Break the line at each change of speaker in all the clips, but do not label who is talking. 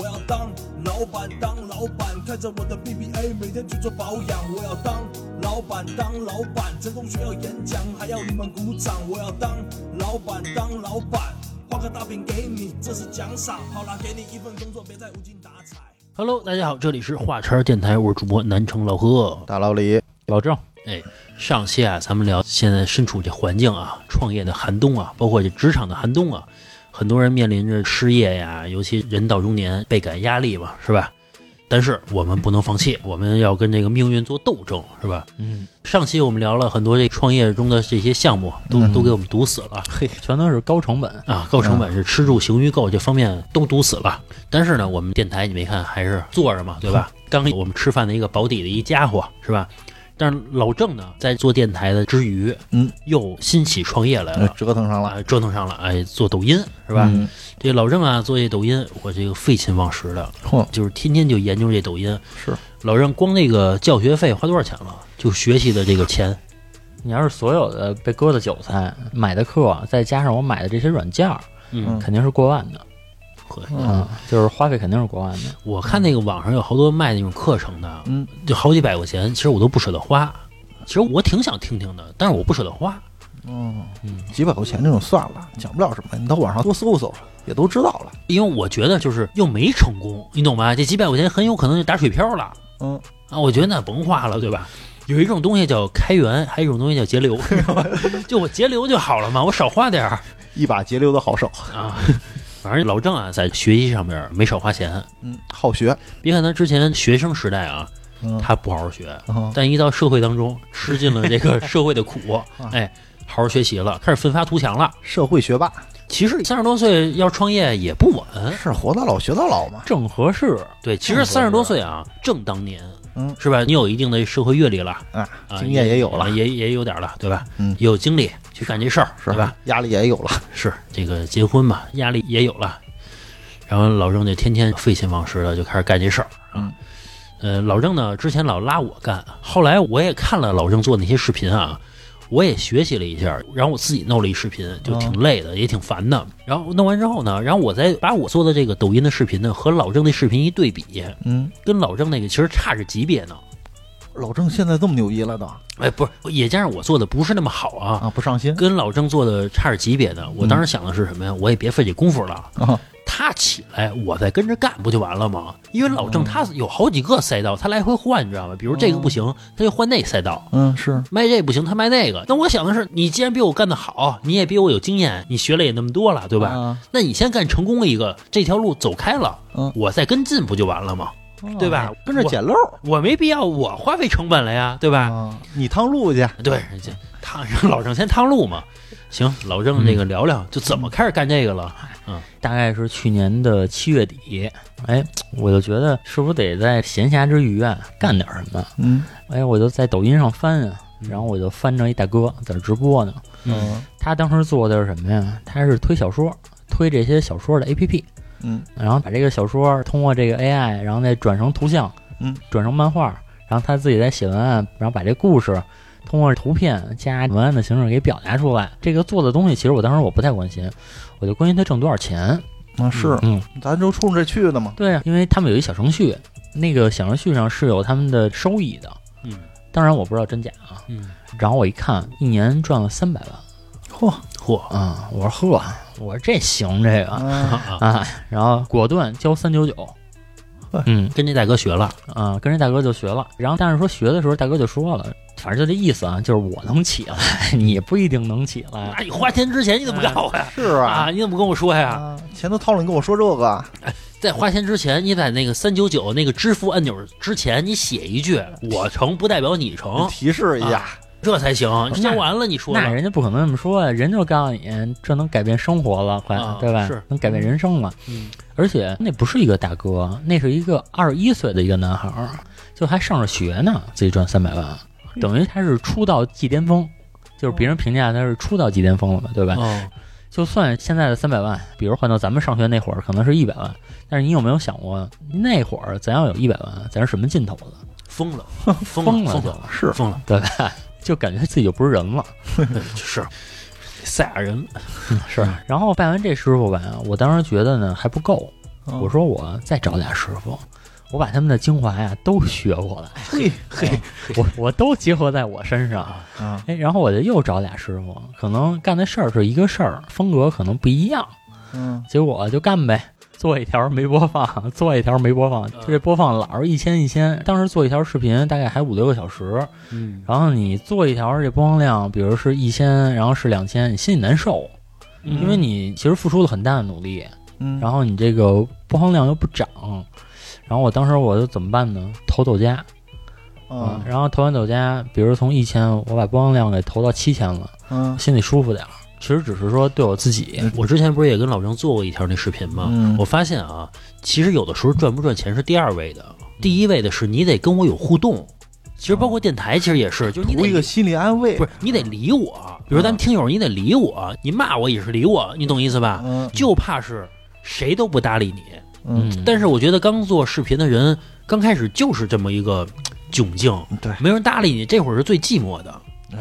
我要当老板，当老板，看着我的 BBA 每天去做保养。我要当老板，当老板，成功学要演讲，还要你们鼓掌。我要当老板，当老板，画个大饼给你，这是奖赏。好啦，给你一份工作，别再无精打采。
Hello，大家好，这里是画叉电台，我是主播南城老贺。
大老李，
老郑，
哎，上期啊，咱们聊现在身处这环境啊，创业的寒冬啊，包括这职场的寒冬啊，很多人面临着失业呀，尤其人到中年倍感压力嘛，是吧？但是我们不能放弃，我们要跟这个命运做斗争，是吧？
嗯，
上期我们聊了很多这创业中的这些项目，都、
嗯
都给我们堵死了
嘿，全都是高成本，
啊，高成本是吃住行娱购这方面都堵死了。但是呢，我们电台你没看还是坐着嘛，对吧？
嗯
刚我们吃饭的一个保底的一家伙，是吧？但是老郑呢，在做电台的之余，
嗯，
又兴起创业来
呃
了，
折腾上了
啊，折腾上了，哎，做抖音是吧？
嗯
这老郑啊，做这抖音，我这个废寝忘食的，
嚯
就是天天就研究这抖音。
是
老郑光那个教学费花多少钱了？就学习的这个钱，
你要是所有的被割的韭菜买的课，再加上我买的这些软件儿，
嗯
肯定是过万的，
可以。
嗯，就是花费肯定是过万的。
我看那个网上有好多卖那种课程的，
嗯，
就好几百块钱，其实我都不舍得花。其实我挺想听听的，但是我不舍得花。
嗯，几百块钱这种算了，讲不了什么，你到网上多搜搜，也都知道了。
因为我觉得就是又没成功，你懂吗？这几百块钱很有可能就打水漂了
嗯，
啊！我觉得那甭花了，对吧？有一种东西叫开源，还有一种东西叫节流，你知道吧就我节流就好了嘛，我少花点儿
一把节流的好手，
啊。反正老郑啊，在学习上面没少花钱。
嗯，好学，
别看他之前学生时代啊，
嗯，
他不好好学，
嗯
但一到社会当中，吃尽了这个社会的苦
啊，
哎，好好学习了，开始奋发图强了。
社会学霸，
其实三十多岁要创业也不晚，
是活到老学到老嘛。
正合适，
对，其实三十多岁啊，正当年，
嗯，
是吧？你有一定的社会阅历了，
啊，
啊
经验也有了，
也也有点了，对吧？
嗯
有精力去干这事儿，
是
对吧？？
压力也有了，
是这个结婚嘛，压力也有了，然后老郑就天天废寝忘食的就开始干这事儿啊
嗯。
呃，老郑呢，之前老拉我干，后来我也看了老郑做那些视频啊，我也学习了一下，然后我自己弄了一视频，就挺累的，也挺烦的。然后弄完之后呢，然后我再把我做的这个抖音的视频呢和老郑那视频一对比，
嗯，
跟老郑那个其实差着级别呢。
老郑现在这么牛逼了都啊，
哎，不是，也加上我做的不是那么好啊，
不上心
跟老郑做的差着级别的。我当时想的是什么呀？我也别费这功夫了，
啊，
他起来我再跟着干不就完了吗？因为老
嗯
郑他有好几个赛道，他来回换，你知道吗？比如这个不行，他就换那赛道。
嗯，是，
卖这不行，他卖那个。那我想的是，你既然比我干得好，你也比我有经验，你学了也那么多了，对
对
吧？
吧？
那你先干成功一个，这条路走开了，
嗯哦
我再跟进不就完了吗？对吧？
跟着捡漏儿
我，我没必要我花费成本了呀，对吧？
啊，你趟路去，
对，这趟 让老郑先趟路嘛。行，老郑
嗯
这个聊聊，就怎么开始干这个了？
大概是去年的七月底，哎，我就觉得是不是得在闲暇之余啊干点什么？
嗯
哎，我就在抖音上翻啊，然后我就翻着一大哥在这直播呢，
嗯
他当时做的是什么呀？他是推小说，推这些小说的 APP，
嗯
然后把这个小说通过这个 AI，然后再转成图像，
嗯，
转成漫画，然后他自己再写文案，然后把这故事通过图片加文案的形式给表达出来。这个做的东西，其实我当时我不太关心，我就关心他挣多少钱。
那是，
嗯，
咱就冲着去的嘛，
对啊，因为他们有一小程序，那个小程序上是有他们的收益的，
嗯
当然我不知道真假啊。
嗯，
然后我一看，一年赚了三百万，
嚯
嚯
啊、我说呵，我说这行这个。
啊，
啊，
啊，然后果断交三九九
哎，
嗯
跟这大哥学了，
啊，跟人大哥就学了。然后但是说学的时候，大哥就说了，反正就这意思啊，就是我能起来，你不一定能起来。
那你哎花钱之前你怎么告我呀？
是啊
啊，，你怎么跟我说呀？
啊，钱都掏了，你跟我说这个，
在花钱之前，你在那个三九九那个支付按钮之前，你写一句“我成不代表你成啊
提示一下，”，
这才行。
那
交完了你说
那
了，
人家不可能这么说啊，人就告诉你这能改变生活了，快、
啊
对吧？
是
能改变人生了。
嗯
而且那不是一个大哥，那是一个二十一岁的一个男孩儿，就还上着学呢，自己赚三百万，等于他是出道即巅峰，就是别人评价他是出道即巅峰了嘛，对吧？
哦，
就算现在的三百万，比如换到咱们上学那会儿，可能是一百万，但是你有没有想过，那会儿咱要有一百万，咱是什么劲头子，
疯了，疯
疯
了，疯
就
了，
是
疯了，
对吧？ 就感觉自己就不是人了，
是赛亚人，
嗯
是。然后拜完这师傅吧，我当时觉得呢还不够，
嗯
我说我再找俩师傅，我把他们的精华呀都学过来，
嘿嘿
我我都结合在我身上。
啊，
哎，然后我就又找俩师傅，可能干的事儿是一个事儿，风格可能不一样，
嗯
结果就干呗。做一条没播放，做一条没播
嗯
放，就这播放老是一千一千。当时做一条视频大概还五六个小时，
嗯，
然后你做一条这播放量，比如是一千，然后是两千，你心里难受，因为你其实付出了很大的努力，
嗯，
然后你这个播放量又不涨，然后我当时我就怎么办呢？投抖加，啊
嗯
然后投完抖加，比如从一千，我把播放量给投到七千了，
嗯
心里舒服点儿。其实只是说对我自己，
我之前不是也跟老郑做过一条那视频吗？
嗯
我发现啊，其实有的时候赚不赚钱是第二位的，第一位的是你得跟我有互动。其实包括电台，其实也是，就是你
图一个
得
心理安慰，
不是你得理我，比如
嗯
咱们听友，你得理我，你骂我也是理我，你懂意思吧？
嗯
就怕是谁都不搭理你。
嗯，
但是我觉得刚做视频的人，刚开始就是这么一个窘境，
对，
没人搭理你，这会儿是最寂寞的。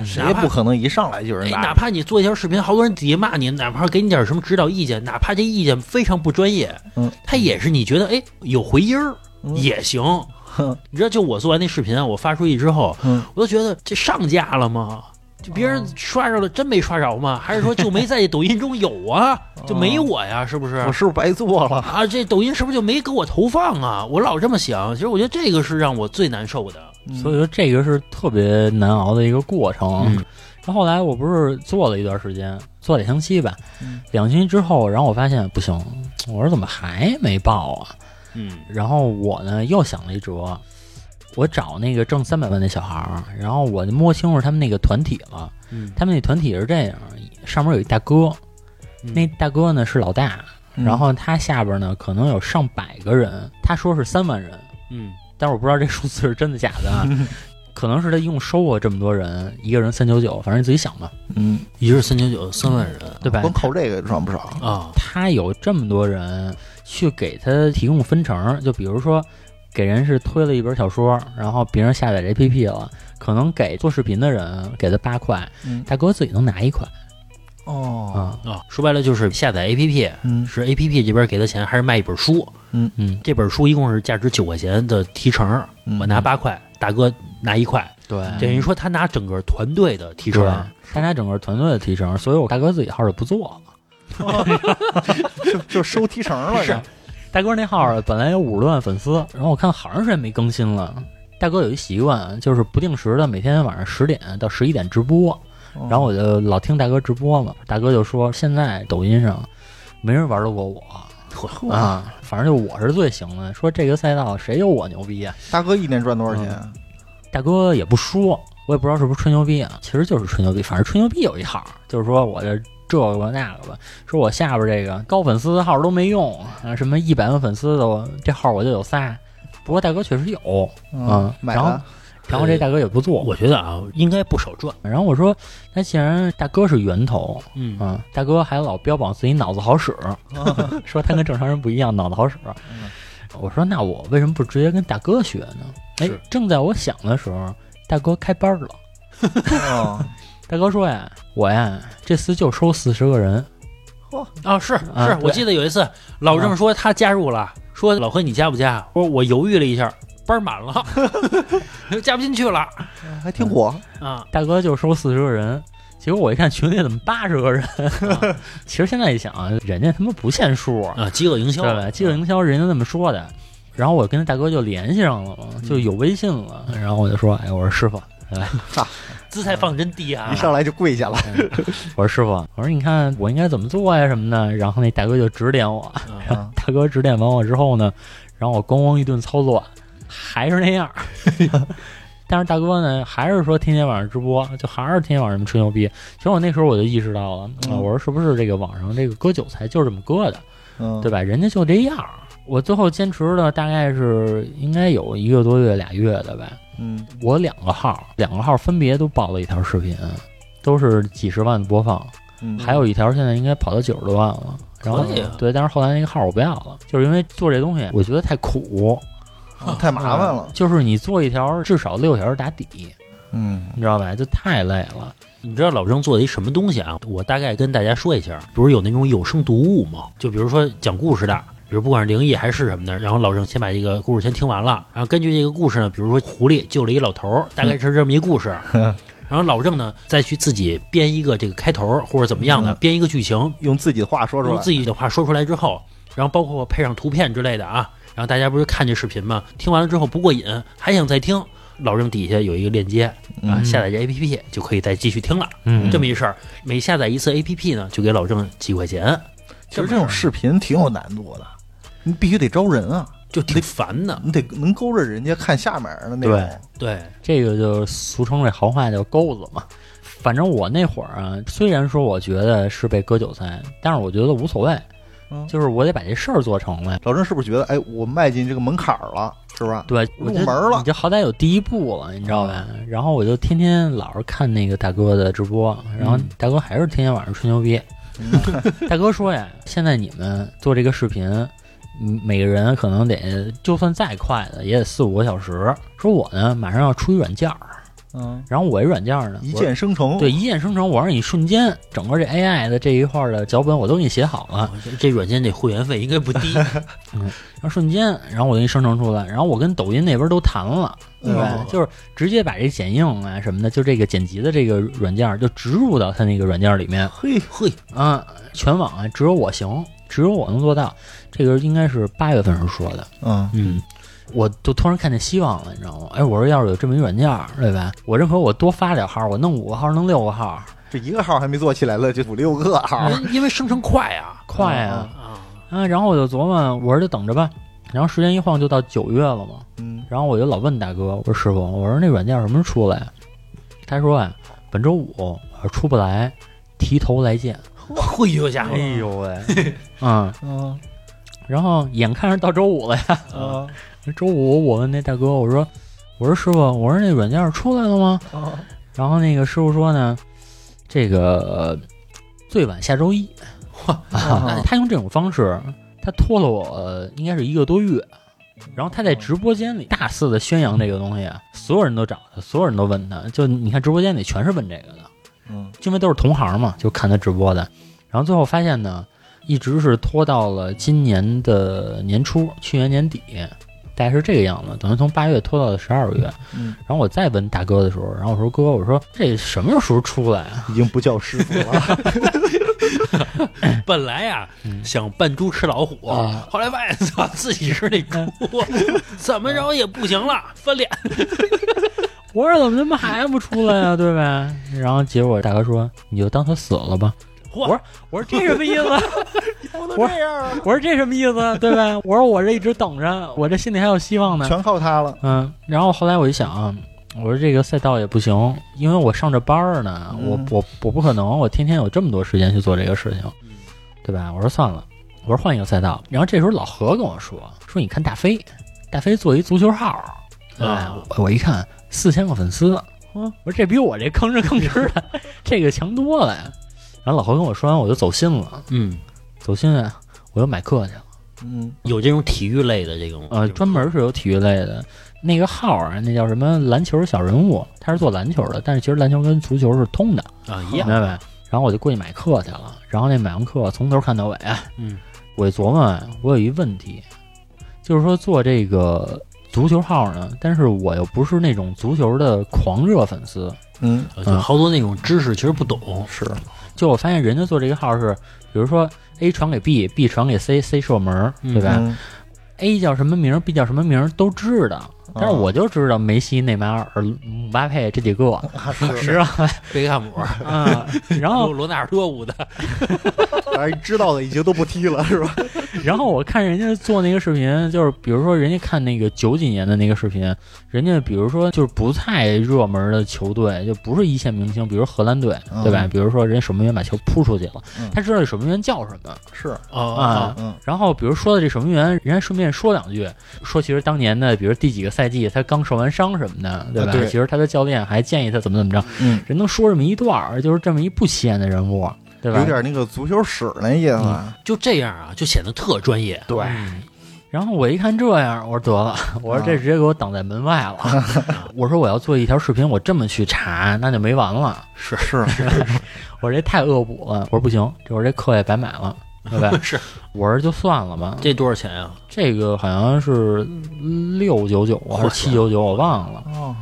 谁也不可能一上来就
哎
是
哪
拿
怕你做一条视频，好多人底下骂你，哪怕给你点什么指导意见，哪怕这意见非常不专业，
嗯，
他也是你觉得哎有回音儿、
嗯
也行。
哼
你知道，就我做完那视频啊，我发出去之后，
嗯哦
我都觉得这上架了吗？就别人刷着了，真没刷着吗？还是说就没在抖音中有 啊？就没我呀？是不是？
我是哦不是白做了？
啊，这抖音是不是就没给我投放啊？我老这么想，其实我觉得这个是让我最难受的。
所以说这个是特别难熬的一个过程。
嗯
然后后来我不是做了一段时间，做两星期吧，
嗯
两星期之后，然后我发现不行，我说怎么还没报啊？
嗯
然后我呢又想了一辙，我找那个挣三百万那小孩儿，然后我就摸清楚他们那个团体了。
嗯，
他们那团体是这样，上面有一大哥，那大哥呢是老大，
嗯
然后他下边呢可能有上百个人，他说是三万人，
嗯
但是我不知道这数字是真的假 的啊，可能是他一共收过这么多人，一个人三九九，反正你自己想吧，
嗯，
一日三九九三万人
对吧？
光靠这个也赚不少，
啊，
他有这么多人去给他提供分成，就比如说给人是推了一本小说，然后别人下载这 APP 了，可能给做视频的人给他八块，
嗯
大哥自己能拿一块
哦，
啊，
啊，说白了就是下载 APP，
嗯
是 APP 这边给的钱，还是卖一本书？
嗯，
这本书一共是价值九块钱的提成，
嗯
我拿八块，大哥拿一块，
对。
等于说他拿整个团队的提
嗯对
成。，
他拿整个团队的提成，所以我大哥自己号就不做了。
就就收提成了，
是大哥那号儿本来有五十多万粉丝，然后我看好长时间没更新了。大哥有一习惯，就是不定时的每天晚上十点到十一点直播，
嗯
然
哦
后我就老听大哥直播嘛。大哥就说现在抖音上没人玩得过我
嚯
啊，反正就我是最行的。说这个赛道谁有我牛逼啊？
大哥一年赚多少钱？
大哥也不说，我也不知道是不是吹牛逼啊，其实就是吹牛逼。反正吹牛逼有一行，就是说我这这个那个吧，说我下边这个高粉丝号都没用啊，什么一百万粉丝的我这号我就有仨。不过大哥确实有，
嗯
嗯，
买
然
了
后，然后这大哥也不做。
我觉得啊，应该不少赚。
然后我说，那既然大哥是源头，
嗯
嗯，大哥还老标榜自己脑子好使， 说他跟正常人不一样，脑子好使。
嗯
我说那我为什么不直接跟大哥学呢？哎
是，
正在我想的时候，大哥开班了。
哦
大哥说呀，我呀这次就收四十个人，
啊，是
啊
是，我
对啊
记得有一次老郑说他加入了，说老何你加不加？我说我犹豫了一下，班满了， 加不进去了
哦还挺火，
啊。
大哥就收四十个人。结果我一看群里怎么八十个人，其实现在一想啊，人家他妈不限数，
啊，饥饿营销
对吧？饥饿营销人家这么说的。然后我跟大哥就联系上了嘛，就有微信了。然后我就说，哎，我说师傅，
姿态放真低
嗯
啊
一！上来就跪下了，
我说师傅，我说你看我应该怎么做呀什么的。然后那大哥就指点我，
嗯
大哥指点完我之后呢，然后我咣咣一顿操作，还是那样儿。 但是大哥呢，还是说天天晚上直播，就还是天天晚上吹牛逼。其实我那时候我就意识到了，啊我说是不是这个网上这个割韭菜就是这么割的，
嗯，
对吧？人家就这样儿。我最后坚持了大概是应该有一个多月、俩月的吧。
嗯
我两个号，两个号分别都爆了一条视频，都是几十万的播放。
嗯，
还有一条现在应该跑到九十多万了。然后
可以啊
对，但是后来那个号我不要了，就是因为做这东西我觉得太苦，
嗯太麻烦了，
就是你做一条至少六条是打底，
嗯
你知道吧？就太累了。
你知道老郑做的一什么东西啊？我大概跟大家说一下，不是有那种有声读物吗？就比如说讲故事的，比如不管是灵异还是什么的，然后老郑先把这个故事先听完了，然后根据这个故事呢，比如说狐狸救了一老头儿，大概是这么一故事。然后老郑呢，再去自己编一个这个开头儿或者怎么样的，
嗯
编一个剧情，
用自己的话说出
用
来
自，己的话说出来之后，然后包括配上图片之类的啊，然后大家不是看这视频吗？听完了之后不过瘾，还想再听，老郑底下有一个链接啊，
嗯
下载这 APP 就可以再继续听了。
嗯，
这么一事儿，每下载一次 APP 呢，就给老郑几块钱，
其实这种视频挺有难度的，你必须得招人啊，
就挺烦的。
你得能勾着人家看下面的那种
对。
对，
这个就是俗称这行话叫钩子嘛。反正我那会儿啊，虽然说我觉得是被割韭菜，但是我觉得无所谓，
嗯
就是我得把这事儿做成了。
老郑是不是觉得，哎，我迈进这个门槛儿了，是吧？
对，
入
我觉得
门了啊
你这好歹有第一步了，你知道吧？然后我就天天老是看那个大哥的直播，然后
嗯
大哥还是天天晚上吹牛逼。 大哥说呀，现在你们做这个视频，嗯每个人可能得就算再快的也得四五个小时。说我呢，马上要出一软件儿，
嗯，
然后我这软件儿呢，
一
我
键生成。
对，一键生成，我让你瞬间整个这 AI 的这一块儿的脚本我都给你写好了，
这这软件这会员费应该不低。
然后瞬间，然后我给你生成出来，然后我跟抖音那边都谈了，对吧？
嗯
就是直接把这剪映啊什么的，就这个剪辑的这个软件儿就植入到它那个软件儿里面
嘿，
嘿，
啊，全网啊只有我行，只有我能做到，这个应该是八月份时候说的，
嗯，
嗯，
我就突然看见希望了，你知道吗？哎，我说要是有这么一软件儿，对吧？我认可我多发点号，我弄五个号，弄六个号，
这一个号还没做起来了，就五六个号。
因因为生成快啊，
快啊！
啊，
啊，然后我就琢磨，我说就等着吧。然后时间一晃就到九月了嘛，
嗯，
然后我就老问大哥，我说师傅，我说那软件什么时候出来呀？他说啊，本周五我说出不来，提头来见。
嘿哎呦家伙，
哎呦喂， 嗯，
嗯
然后眼看着到周五了呀，
啊
周五我问那大哥，我说，我说师傅，我说那软件出来了吗？
啊！
然后那个师傅说呢，这个呃最晚下周一。啊，他用这种方式，他拖了我、呃应该是一个多月，然后他在直播间里大肆的宣扬这个东西，啊所有人都找他，所有人都问他，就你看直播间里全是问这个的，
嗯
因为都是同行嘛，就看他直播的，然后最后发现呢，一直是拖到了今年的年初，去年年底。大概是这个样子，等于从八月拖到了十二月。
嗯，
然后我再问大哥的时候，然后我说：“哥，我说这什么时候出来啊
已经不叫师傅了。
本来呀、
嗯
想扮猪吃老虎，
啊
后来发现 操自己是那 猪，怎么着也不行了，翻脸。？”
我说：“怎么他妈还不出来 呀、对吧？”然后结果大哥说：“你就当他死了吧。”
嚯
我说我说这什么意思？
不能
我
这样，
我说这什么意思？对吧？我说我这一直等着，我这心里还有希望呢。
全靠他了。
嗯，然后后来我一想啊，我说这个赛道也不行，因为我上着班儿呢，
嗯
我我我不可能，我天天有这么多时间去做这个事情，对吧？我说算了，我说换一个赛道。然后这时候老何跟我说说，你看大飞，大飞做一足球号，对吧
啊
我我一看四千个粉丝，我说这比我这吭哧吭哧的 这个强多了呀。然后老何跟我说完，我就走心了，
嗯，
走心啊，我又买课去了。
嗯，
有这种体育类的这种
呃，专门是有体育类的那个号儿啊，那叫什么篮球小人物，他是做篮球的，但是其实篮球跟足球是通的，
啊一
明
样，
白没？然后我就过去买课去了，然后那买完课从头看到尾，
嗯，
我就琢磨啊，我有一问题，就是说做这个足球号呢，但是我又不是那种足球的狂热粉丝，
嗯，
啊
呃就好多那种知识其实不懂，
是，
就我发现人家做这个号是，比如说 A 传给 B，B 传给 C，C 射门儿，对吧、
嗯
a 叫什么名儿，B 叫什么名儿都知道，
啊
但是我就知道梅西、内马尔、姆巴佩这几个，
啊是，
知道
贝克汉姆，
啊。然后，
罗纳尔多舞的，
反正知道的已经都不踢了，是吧？
然后我看人家做那个视频，就是比如说人家看那个九几年的那个视频，人家比如说就是不太热门的球队，就不是一线明星，比如荷兰队，
嗯
对吧？比如说人家守门员把球扑出去了
嗯，
他知道这守门员叫什么。
是，
啊，
嗯
然后，比如说的这守门员，人家顺便说两句，说其实当年的，比如第几个赛季他刚受完伤什么的，对
啊
吧？
对
其实他的教练还建议他怎么怎么着，
嗯，
人能说这么一段儿，就是这么一不起眼的人物，对吧？
有点那个足球史那意思。
就这样啊，就显得特专业。
对
嗯然后我一看这样，我说得了，我说这直接给我挡在门外了。我说我要做一条视频，我这么去查，那就没完了。
嗯是是，
我说这太恶补了。我说不行，这我这课也白买了。对吧？
是
我儿就算了吧，
这多少钱啊？
这个好像是六九九还是七九九，我忘了。
哦，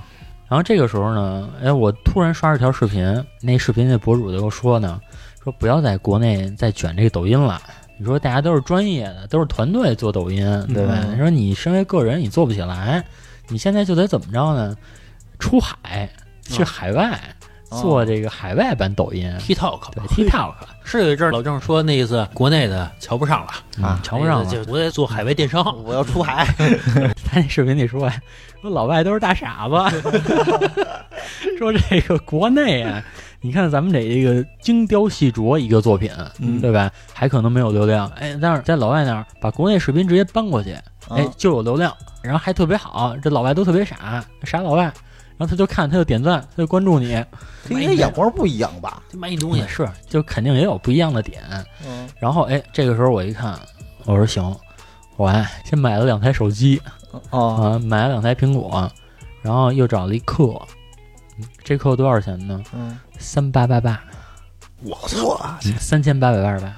然后这个时候呢，哎，我突然刷着条视频，那视频那博主就说呢，说不要在国内再卷这个抖音了。你说大家都是专业的，都是团队做抖音，对吧？
嗯
你说你身为个人，你做不起来，你现在就得怎么着呢？出海，去
嗯
海外、
哦
做这个海外版抖音，
TikTok
对 TikTok，
是有一阵儿老郑说那意思，国内的瞧不上了，
啊
嗯瞧不上
那
了
意。思哎就我得做海外电商。
我要出海，
他那视频里说呀，说老外都是大傻子， 说这个国内啊，你看咱们这一个精雕细琢一个作品，
嗯
对吧？还可能没有流量，哎，但是在老外那儿把国内视频直接搬过去，哎
啊，
就有流量，然后还特别好，这老外都特别傻，傻老外，然后他就看，他就点赞，他就关注你，
因为眼光不一样吧？
就卖你东西
也，是，就肯定也有不一样的点。
嗯
然后哎，这个时候我一看，我说行，我哎先买了两台手机。
哦，
啊，买了两台苹果，然后又找了一克，嗯这克多少钱呢？
嗯，
三八八八，
我啊操，
三千八百八十八。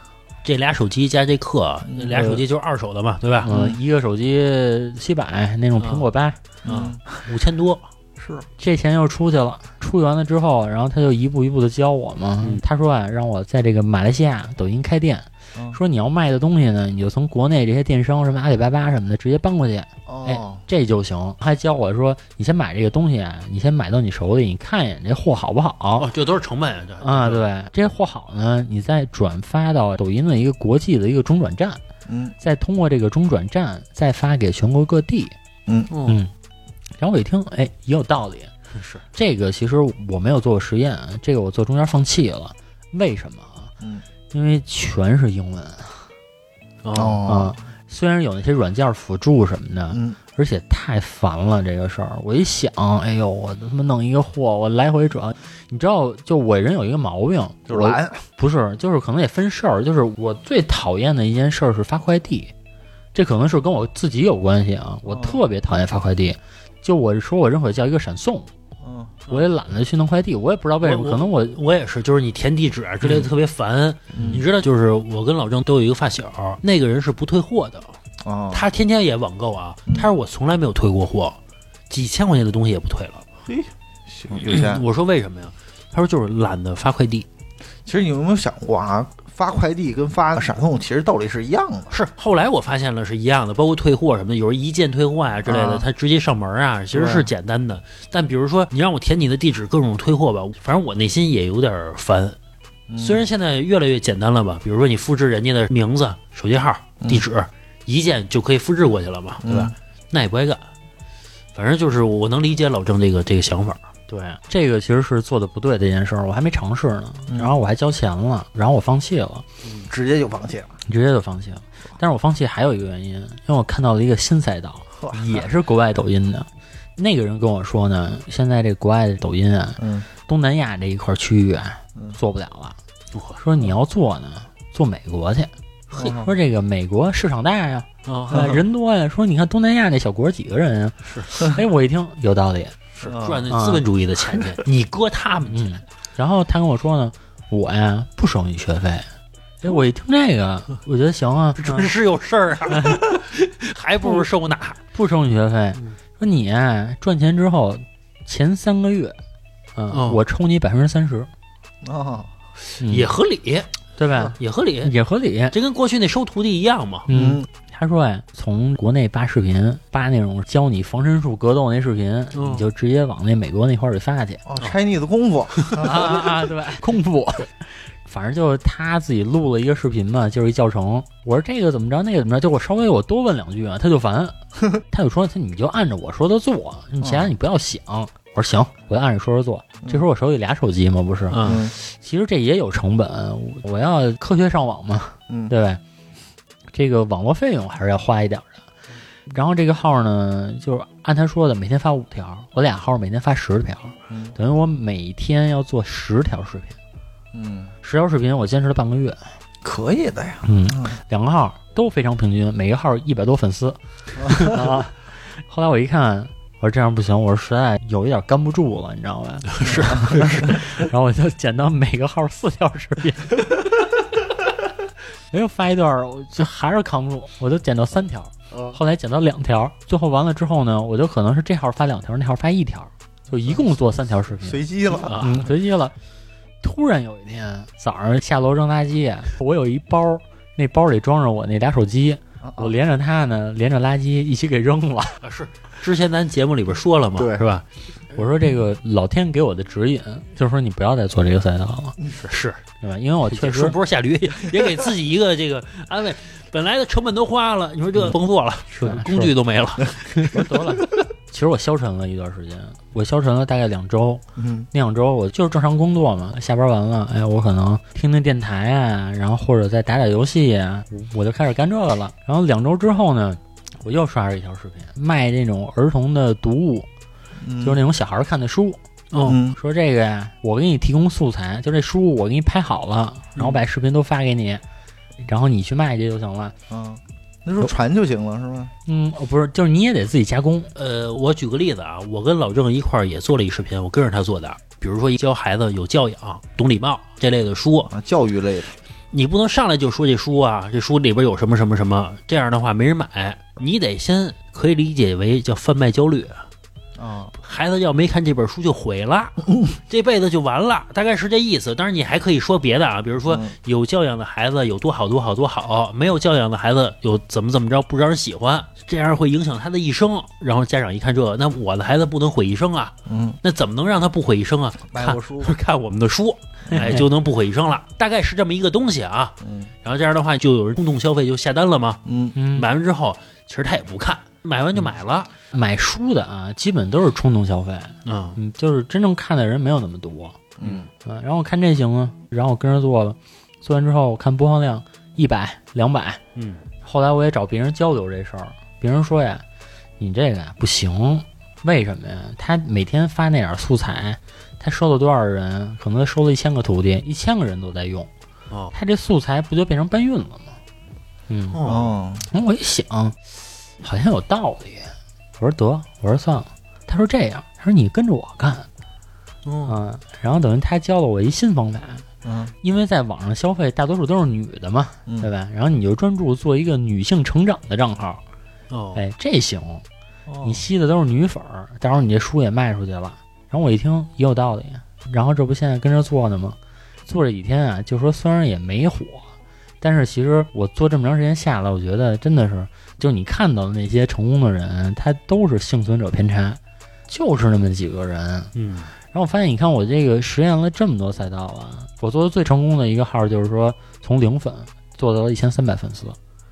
这俩手机加这课，
嗯
那俩手机就是二手的嘛，对吧？
嗯，一个手机七百，那种苹果八，
嗯，五千多，
是，
这钱又出去了。出去完了之后，然后他就一步一步的教我嘛。
嗯
他说啊，让我在这个马来西亚抖音开店，
嗯
说你要卖的东西呢，你就从国内这些电商，什么阿里巴巴什么的，直接搬过去。
哦，
这就行，还教我说，你先买这个东西啊，你先买到你手里，你看一眼这货好不好，
哦，这都是成本啊，这
啊，，对，这货好呢，你再转发到抖音的一个国际的一个中转站，
嗯
再通过这个中转站再发给全国各地。
嗯，
然后我一听，哎，也有道理。
是
这个其实我没有做过实验，这个我做中间放弃了。为什么啊？
嗯，
因为全是英文啊、
哦，，
虽然有那些软件辅助什么的，
嗯
而且太烦了这个事儿。我一想，哎呦，我他妈弄一个货，我来回转，你知道，就我人有一个毛病，
就是
我
懒，
不是，就是可能也分事儿。就是我最讨厌的一件事儿是发快递，这可能是跟我自己有关系啊。我
哦
特别讨厌发快递，就我说我认可叫一个闪送，
嗯
我也懒得去弄快递，我也不知道为什么，
哦我
可能我
我也是，就是你填地址啊之类的特别烦。你知道，就是我跟老郑都有一个发小，那个人是不退货的，
哦，
他天天也网购啊，他说我从来没有退过货，几千块钱的东西也不退了。
行，有钱。
我说为什么呀？他说就是懒得发快递。
其实你有没有想过啊？发快递跟发闪送其实道理是一样的。
是后来我发现了是一样的，包括退货什么的，有人一键退货啊之类的，
啊
他直接上门啊，其实是
对
简单的。但比如说你让我填你的地址，各种退货吧，反正我内心也有点烦。虽然现在越来越简单了吧，比如说你复制人家的名字、手机号、地址，一键就可以复制过去了嘛，对
嗯
吧？那也不爱干。反正就是我能理解老郑这个这个想法，
对这个其实是做的不对的一件事儿，我还没尝试呢，
嗯
然后我还交钱了，然后我放弃了，
直接就放弃了，
直接就放弃了。但是我放弃还有一个原因，因为我看到了一个新 赛道，
哇
也是国外抖音的。那个人跟我说呢，现在这国外的抖音啊，
嗯
东南亚这一块区域啊
嗯，
做不了了。说你要做呢，做美国去。
嗯
嘿
说这个美国市场大呀，
啊，
啊人多呀。说你看东南亚那小国几个人啊？是。哎，我一听有道理。
是
啊
赚那资本主义的钱去，你搁他们去
嗯。然后他跟我说呢，我呀不收你学费。哎，我一听这个，我觉得 行啊，
准是有事儿啊，还不如收纳。
不收你学费
嗯。
说你啊赚钱之后前三个月，
哦
嗯，我抽你百分之三十，
哦，
嗯
也合理，
对吧？
啊也合理，
也合理。
这跟过去那收徒弟一样嘛。
嗯，他说呀，从国内扒视频，扒那种教你防身术、格斗那视频，
嗯
你就直接往那美国那块儿给发去
哦，Chinese 功夫，
啊啊啊！对， 空腹。反正就是他自己录了一个视频嘛，就是一教程。我说这个怎么着，那个怎么着，就我稍微我多问两句啊，他就烦， 他就说他你就按着我说的做，你其他你不要想。我说行，我就按着说的做。这时候我手里俩手机嘛，不是，
嗯，
嗯
其实这也有成本，我我要科学上网嘛，
嗯，
对吧？这个网络费用还是要花一点儿的。然后这个号呢，就是按他说的，每天发五条，我俩号每天发十条，
嗯
等于我每天要做十条视频，
嗯，
十条视频我坚持了半个月，
可以的呀，
嗯，两个号都非常平均，每个号一百多粉 丝。啊，后来我一看，我说这样不行，我说实在有一点干不住了，你知道吧？ 是 是，然后我就剪到每个号四条视频。没有发一段儿，我就还是扛不住，我就剪到三条，
嗯
后来剪到两条，最后完了之后呢，我就可能是这号发两条，那号发一条，就一共做三条视 频，
随机了，
啊，
嗯，随机了。突然有一天早上下楼扔垃圾，我有一包，那包里装着我那俩手机，
啊
我连着它呢，连着垃圾一起给扔了。
啊是之前咱节目里边说了嘛，
对
是吧？
我说这个老天给我的指引，就是说你不要再做这个赛道了，
是是，
对吧？因为我确
说
实
不是下驴，也给自己一个这个安慰。本来的成本都花了，你说这甭做了，
嗯是吧
工具都没了。
是吧得了。 其实我消沉了一段时间，我消沉了大概两周，
嗯，
那两周我就是正常工作嘛，下班完了，哎，我可能听听电台啊，然后或者再打打游戏啊，我就开始干这个了。然后两周之后呢，我又刷着一条视频，卖那种儿童的读物，
嗯
就是那种小孩看的书。哦
嗯
说这个呀，我给你提供素材，就这书我给你拍好了，
嗯
然后把视频都发给你，然后你去卖去就行了。
啊，那时候传就行了是吧？
嗯，哦不是，就是你也得自己加工。
呃，我举个例子啊，我跟老郑一块儿也做了一视频，我跟着他做的。比如说教孩子有教养、懂礼貌这类的书，
啊，教育类的，
你不能上来就说这书啊，这书里边有什么什么什么，这样的话没人买。你得先可以理解为叫贩卖焦虑，
啊，
孩子要没看这本书就毁了，这辈子就完了，大概是这意思。当然你还可以说别的啊，比如说
嗯
有教养的孩子有多好多好多好，没有教养的孩子有怎么怎么着不招人喜欢，这样会影响他的一生。然后家长一看这，那我的孩子不能毁一生啊，
嗯，
那怎么能让他不毁一生啊？
卖过书，
看我们的书，哎，就能不毁一生了。大概是这么一个东西啊。
嗯
然后这样的话，就有人冲动消费就下单了嘛。
嗯
嗯，买
买完之后，其实他也不看，买完就买了。
买书的啊，基本都是冲动消费，
嗯，
嗯，就是真正看的人没有那么多。
嗯，
嗯，然后我看这行啊，然后我跟着做了，做完之后我看播放量一百、两百，
嗯，
后来我也找别人交流这事儿，别人说呀，你这个呀不行，为什么呀？他每天发那点儿素材，他收了多少人？可能他收了一千个徒弟，一千个人都在用，
哦
他这素材不就变成搬运了吗？嗯，
哦，
哦，
然后我一想，好像有道理，我说得，我说算了。他说这样，他说你跟着我干，
哦
嗯，然后等于他教了我一新方法，
嗯
因为在网上消费大多数都是女的嘛，
嗯
对吧？然后你就专注做一个女性成长的账号，
哦，
哎，这行，你吸的都是女粉儿，到时候你这书也卖出去了。然后我一听也有道理，然后这不现在跟着做呢吗？做这几天啊，就说虽然也没火，但是其实我做这么长时间下来，我觉得真的是，就是你看到的那些成功的人，他都是幸存者偏差，就是那么几个人，
嗯
然后我发现，你看我这个实验了这么多赛道了，我做的最成功的一个号就是说从零粉做到了一千三百粉丝，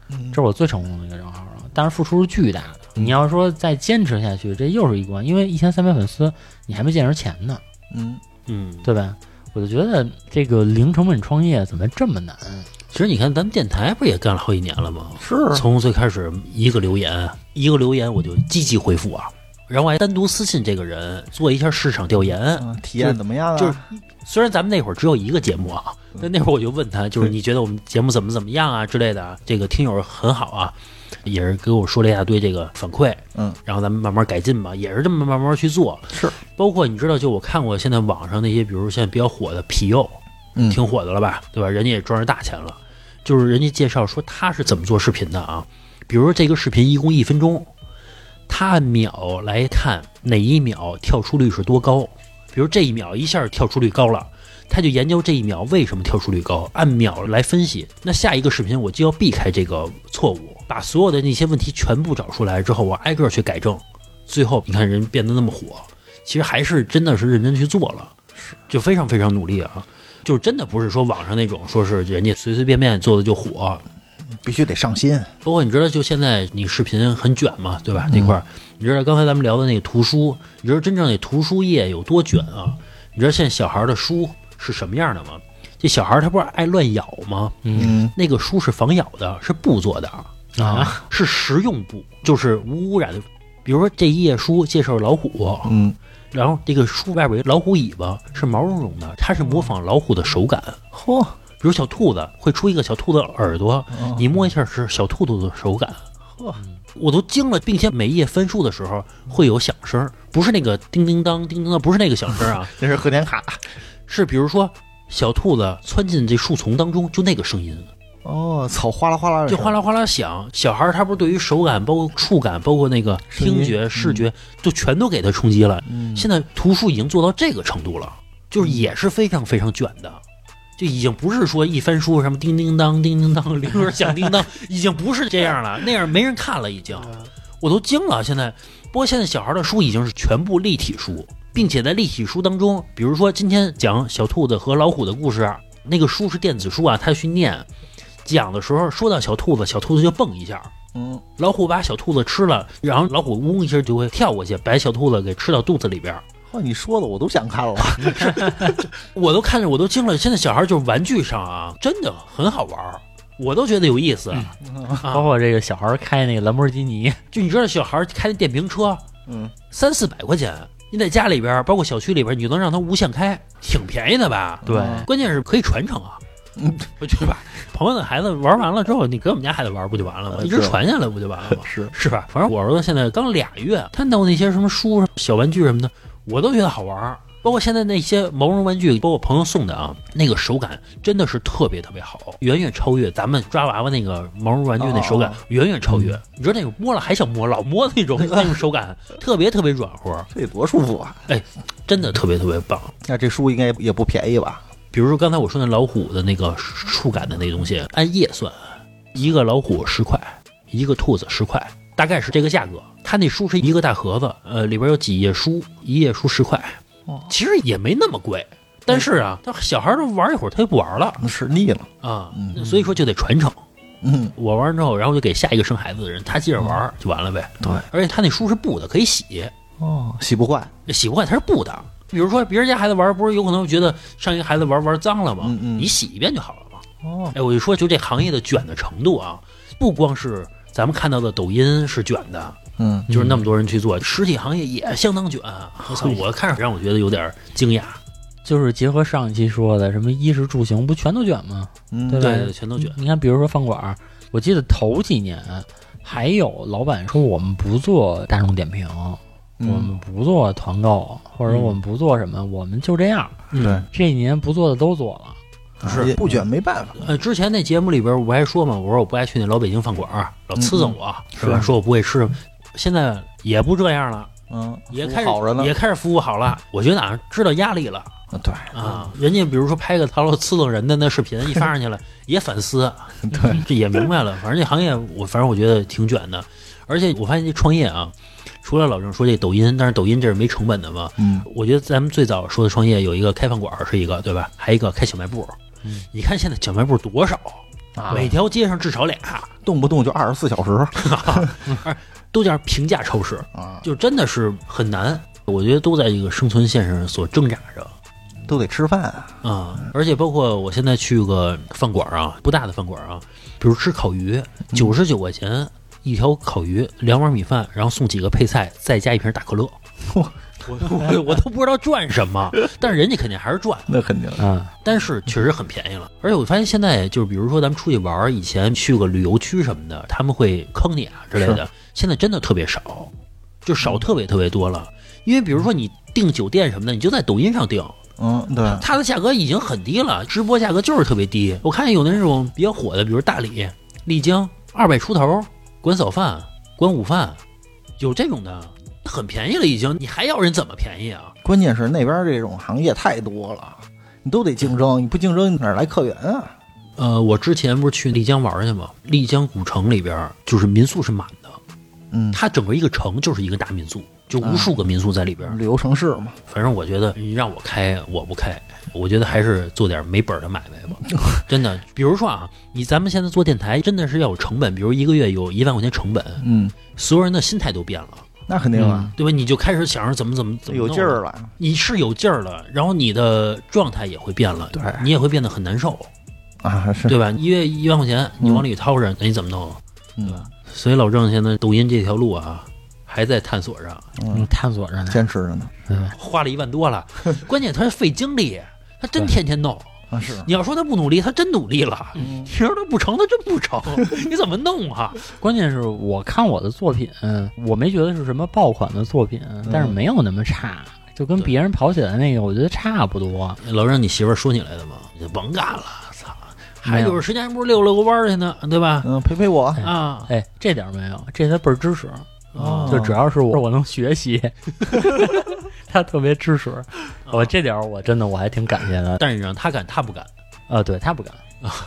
嗯
这是我最成功的一个账号了。但是付出是巨大的，你要说再坚持下去，这又是一关，因为一千三百粉丝你还没见着钱呢，
嗯
嗯，
对吧？我就觉得这个零成本创业怎么这么难？
其实你看，咱们电台不也干了好几年了吗？
是
从最开始一个留言，一个留言我就积极回复啊，然后我还单独私信这个人做一下市场调研。
啊，体验怎么样啊？
就是虽然咱们那会儿只有一个节目啊，但那会儿我就问他， 就是
嗯
你觉得我们节目怎么怎么样啊之类的啊，这个听友很好啊，也是给我说了一大堆这个反馈，
嗯，
然后咱们慢慢改进吧，也是这么慢慢去做。
是，
包括你知道，就我看过现在网上那些，比如现在比较火的皮佑，
嗯
挺火的了吧，对吧？人家也赚着大钱了，就是人家介绍说他是怎么做视频的啊，比如说这个视频一共一分钟，他按秒来看哪一秒跳出率是多高，比如这一秒一下跳出率高了。他就研究这一秒为什么跳出率高，按秒来分析。那下一个视频我就要避开这个错误，把所有的那些问题全部找出来之后，我挨个去改正。最后你看人变得那么火，其实还是真的是认真去做了，就非常非常努力啊。就是真的不是说网上那种说是人家随随便便做的就火，
必须得上心，
包括你知道，就现在你视频很卷嘛，对吧？这块儿，你知道刚才咱们聊的那个图书，你知道真正那图书业有多卷啊？你知道现在小孩儿的书是什么样的吗？这小孩儿他不是爱乱咬吗？
嗯
那个书是防咬的，是布做的
啊，
是食用布，就是无污染的。比如说这一页书介绍老虎，
嗯，
然后这个书外边有一老虎尾巴是毛茸茸的，它是模仿老虎的手感。
嚯，
比如小兔子会出一个小兔子耳朵，你摸一下是小兔兔的手感，
呵
我都惊了，并且每页分数的时候会有响声儿，不是那个叮叮当叮叮当，不是那个响声儿啊，
这是贺年卡
是比如说小兔子窜进这树丛当中就那个声音，
哦，草哗啦哗啦的
就
声，
哗啦哗啦响。小孩儿他不是对于手感、包括触感、包括那个
声音
听觉、视觉，就全都给他冲击了。
嗯，
现在图书已经做到这个程度了，就是也是非常非常卷的，就已经不是说一翻书什么叮叮当、叮叮当、铃声响叮当，已经不是这样了，那样没人看了，已经，
嗯
我都惊了。现在，不过现在小孩的书已经是全部立体书，并且在立体书当中，比如说今天讲小兔子和老虎的故事，那个书是电子书啊，他去念，讲的时候说到小兔子，小兔子就蹦一下，
嗯，
老虎把小兔子吃了，然后老虎嗡一下就会跳过去，把小兔子给吃到肚子里边儿。
哦，你说的我都想看了，
我都看着我都惊了。现在小孩就是玩具上啊，真的很好玩儿，我都觉得有意思。
嗯
啊
包括这个小孩儿开那个兰博基尼，
就你知道，小孩开电瓶车
嗯，
三四百块钱，你在家里边儿，包括小区里边儿，你就能让它无限开，挺便宜的吧？
对
嗯
关键是可以传承啊，
嗯
对吧？朋友的孩子玩完了之后，你给我们家孩子玩不就完了吗？
呃
一直
对
传下来不就完了吗？
是，
是吧？反正我儿子现在刚俩月，看到那些什么书、小玩具什么的，我都觉得好玩儿。包括现在那些毛绒玩具，包括我朋友送的啊，那个手感真的是特别特别好，远远超越咱们抓娃娃那个毛绒玩具那手感，
哦
远远超越。你说那种摸了还想摸，老摸那种那种手感，特别特别软和，哎
这得多舒服啊！
真的特别特别棒。
那这书应该也不便宜吧？
比如说刚才我说那老虎的那个触感的那东西，按页算，一个老虎十块，一个兔子十块，大概是这个价格。它那书是一个大盒子，呃，里边有几页书，一页书十块
哦，嗯
其实也没那么贵。但是啊，他小孩儿都玩一会儿，他就不玩了
那吃腻了，
啊，
嗯
所以说就得传承。
嗯，
我玩完之后，然后就给下一个生孩子的人，他接着玩儿就完了呗。
嗯对，
而且他那书是布的，可以洗，
哦，洗不坏，
洗不坏它是布的。比如说别人家孩子玩儿，不是有可能觉得上一个孩子玩儿玩儿脏了吗？
嗯嗯
你洗一遍就好了嘛。
哦，
哎，我就说，就这行业的卷的程度啊，不光是咱们看到的抖音是卷的，
嗯，
就是那么多人去做，实体行业也相当卷。啊我操，我看着让我觉得有点惊讶。
就是结合上一期说的什么衣食住行，不全都卷吗？
嗯
对吧？
对全都卷
你看，比如说饭馆儿，我记得头几年还有老板说我们不做大众点评，我
嗯，
们不做团购，或者
嗯
我们不做什么，我们就这样。
嗯
对，
这一年不做的都做了，
啊也不卷没办法，
呃，之前那节目里边我不还说嘛，我说我不爱去那老北京饭馆儿，老呲蹭我，是吧？
嗯是
说我不会吃，现在也不这样了，
嗯，
也
服务
开始
好着呢，嗯
也开始服务好了。我觉得啊，知道压力了。
啊对，
啊，人家比如说拍个陶乐刺蹭人的那视 频一发上去了，也反思，
对，
这 也明白了。反正这行业我反正我觉得挺卷的，而且我发现这创业啊，除了老郑说这抖音，但是抖音这是没成本的嘛。
嗯，
我觉得咱们最早说的创业有一个开饭馆儿是一个，对吧？还有一个开小卖部。
嗯
你看现在小卖部多少，
啊
每条街上至少俩，
动不动就二十四小时
都叫平价超市，
啊，
就真的是很难。我觉得都在这个生存线上所挣扎着。
都得吃饭啊，
啊、而且包括我现在去个饭馆啊，不大的饭馆啊，比如吃烤鱼，九十九块钱一条烤鱼，两碗米饭，然后送几个配菜，再加一瓶大可乐。我我我都不知道赚什么，但是人家肯定还是赚，
那肯定
嗯，
但是确实很便宜了。而且我发现现在就是，比如说咱们出去玩儿，以前去个旅游区什么的，他们会坑你啊之类的，现在真的特别少，就少特别特别多了。因为比如说你订酒店什么的，你就在抖音上订，
嗯，对，
它的价格已经很低了，直播价格就是特别低。我看有那种比较火的，比如大理、丽江，二百出头，管早饭、管午饭，有这种的，很便宜了已经。你还要人怎么便宜啊？
关键是那边这种行业太多了，你都得竞争，你不竞争你哪来客源啊？
呃，我之前不是去丽江玩去吗？丽江古城里边就是民宿是满的，
嗯，
它整个一个城就是一个大民宿，就无数个民宿在里边。
旅游城市嘛，
反正我觉得你让我开，我不开。我觉得还是做点没本儿的买卖吧， 真的。比如说啊，你咱们现在做电台真的是要有成本，比如一个月有一万块钱成本，
嗯，
所有人的心态都变了，
那肯定啊，
对吧？你就开始想着怎么怎么怎么
有
弄
劲儿，了，
你是有劲儿了，然后你的状态也会变了，
对
你也会变得很难受，
啊，是，
对吧？一月一万块钱你往里掏着，那哎你怎么弄？啊
嗯，
所以老郑现在抖音这条路啊，还在探索着。
嗯
你嗯探索着呢，
坚持着呢，
花了一万 多了，关键他是费精力，他真
对
天天弄。
啊是，
你要说他不努力，他真努力了；你
嗯
说他不成，他真不 成。你怎么弄啊？
关键是我看我的作品，我没觉得是什么爆款的作品，但是没有那么差，就跟别人跑起来那个，我觉得差不多。
老让你媳妇儿说你来的吗？你就甭干了，操！还有时间不是遛遛个弯儿去呢，对吧？
嗯，陪陪我，
啊，
哎，这点儿没有，这他倍儿支持，
哦
就只要是我我能学习，他特别支持我。这点儿我真的我还挺感谢的。
但是你让他干，他不干。
啊，对他不敢。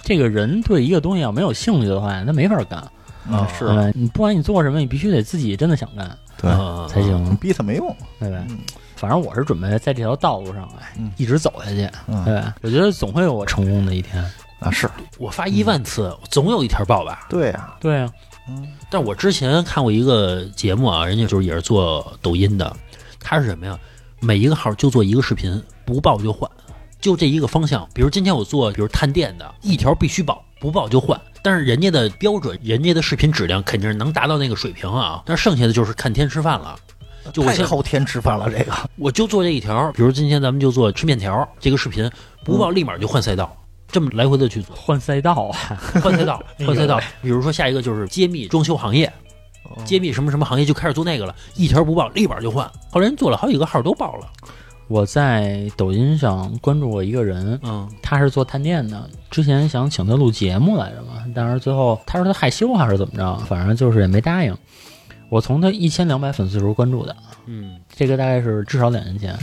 这个人对一个东西要没有兴趣的话，他没法干。
嗯
是吧？你不管你做什么，你必须得自己真的想干
对，
啊
哎才
你
行，
逼他没用，
对吧
嗯？
反正我是准备在这条道路上，哎
嗯，
一直走下去，
嗯
对吧？我觉得总会有我成功的一天。
啊，是
我发一万次，
嗯
总有一条爆吧。
对呀，
对啊，
嗯
但我之前看过一个节目啊，人家就是也是做抖音的，他是什么呀？每一个号就做一个视频，不爆就换，就这一个方向。比如今天我做，比如探店的，一条必须爆，不爆就换。但是人家的标准，人家的视频质量肯定是能达到那个水平啊。但是剩下的就是看天吃饭了。就我
太
现
靠天吃饭了，这个
我就做这一条，比如今天咱们就做吃面条这个视频，不爆立马就换赛道，这么来回的去做，
换赛道啊，
换赛道，换赛道。比如说下一个就是揭秘装修行业，
嗯
揭秘什么什么行业就开始做那个了，一条不爆立马就换。后来人做了好几个号都爆了，
我在抖音上关注过一个人，
嗯
他是做探店的，之前想请他录节目来着嘛，但是最后他说他害羞还是怎么着，反正就是也没答应。我从他一千两百粉丝时候关注的，
嗯
这个大概是至少两年前，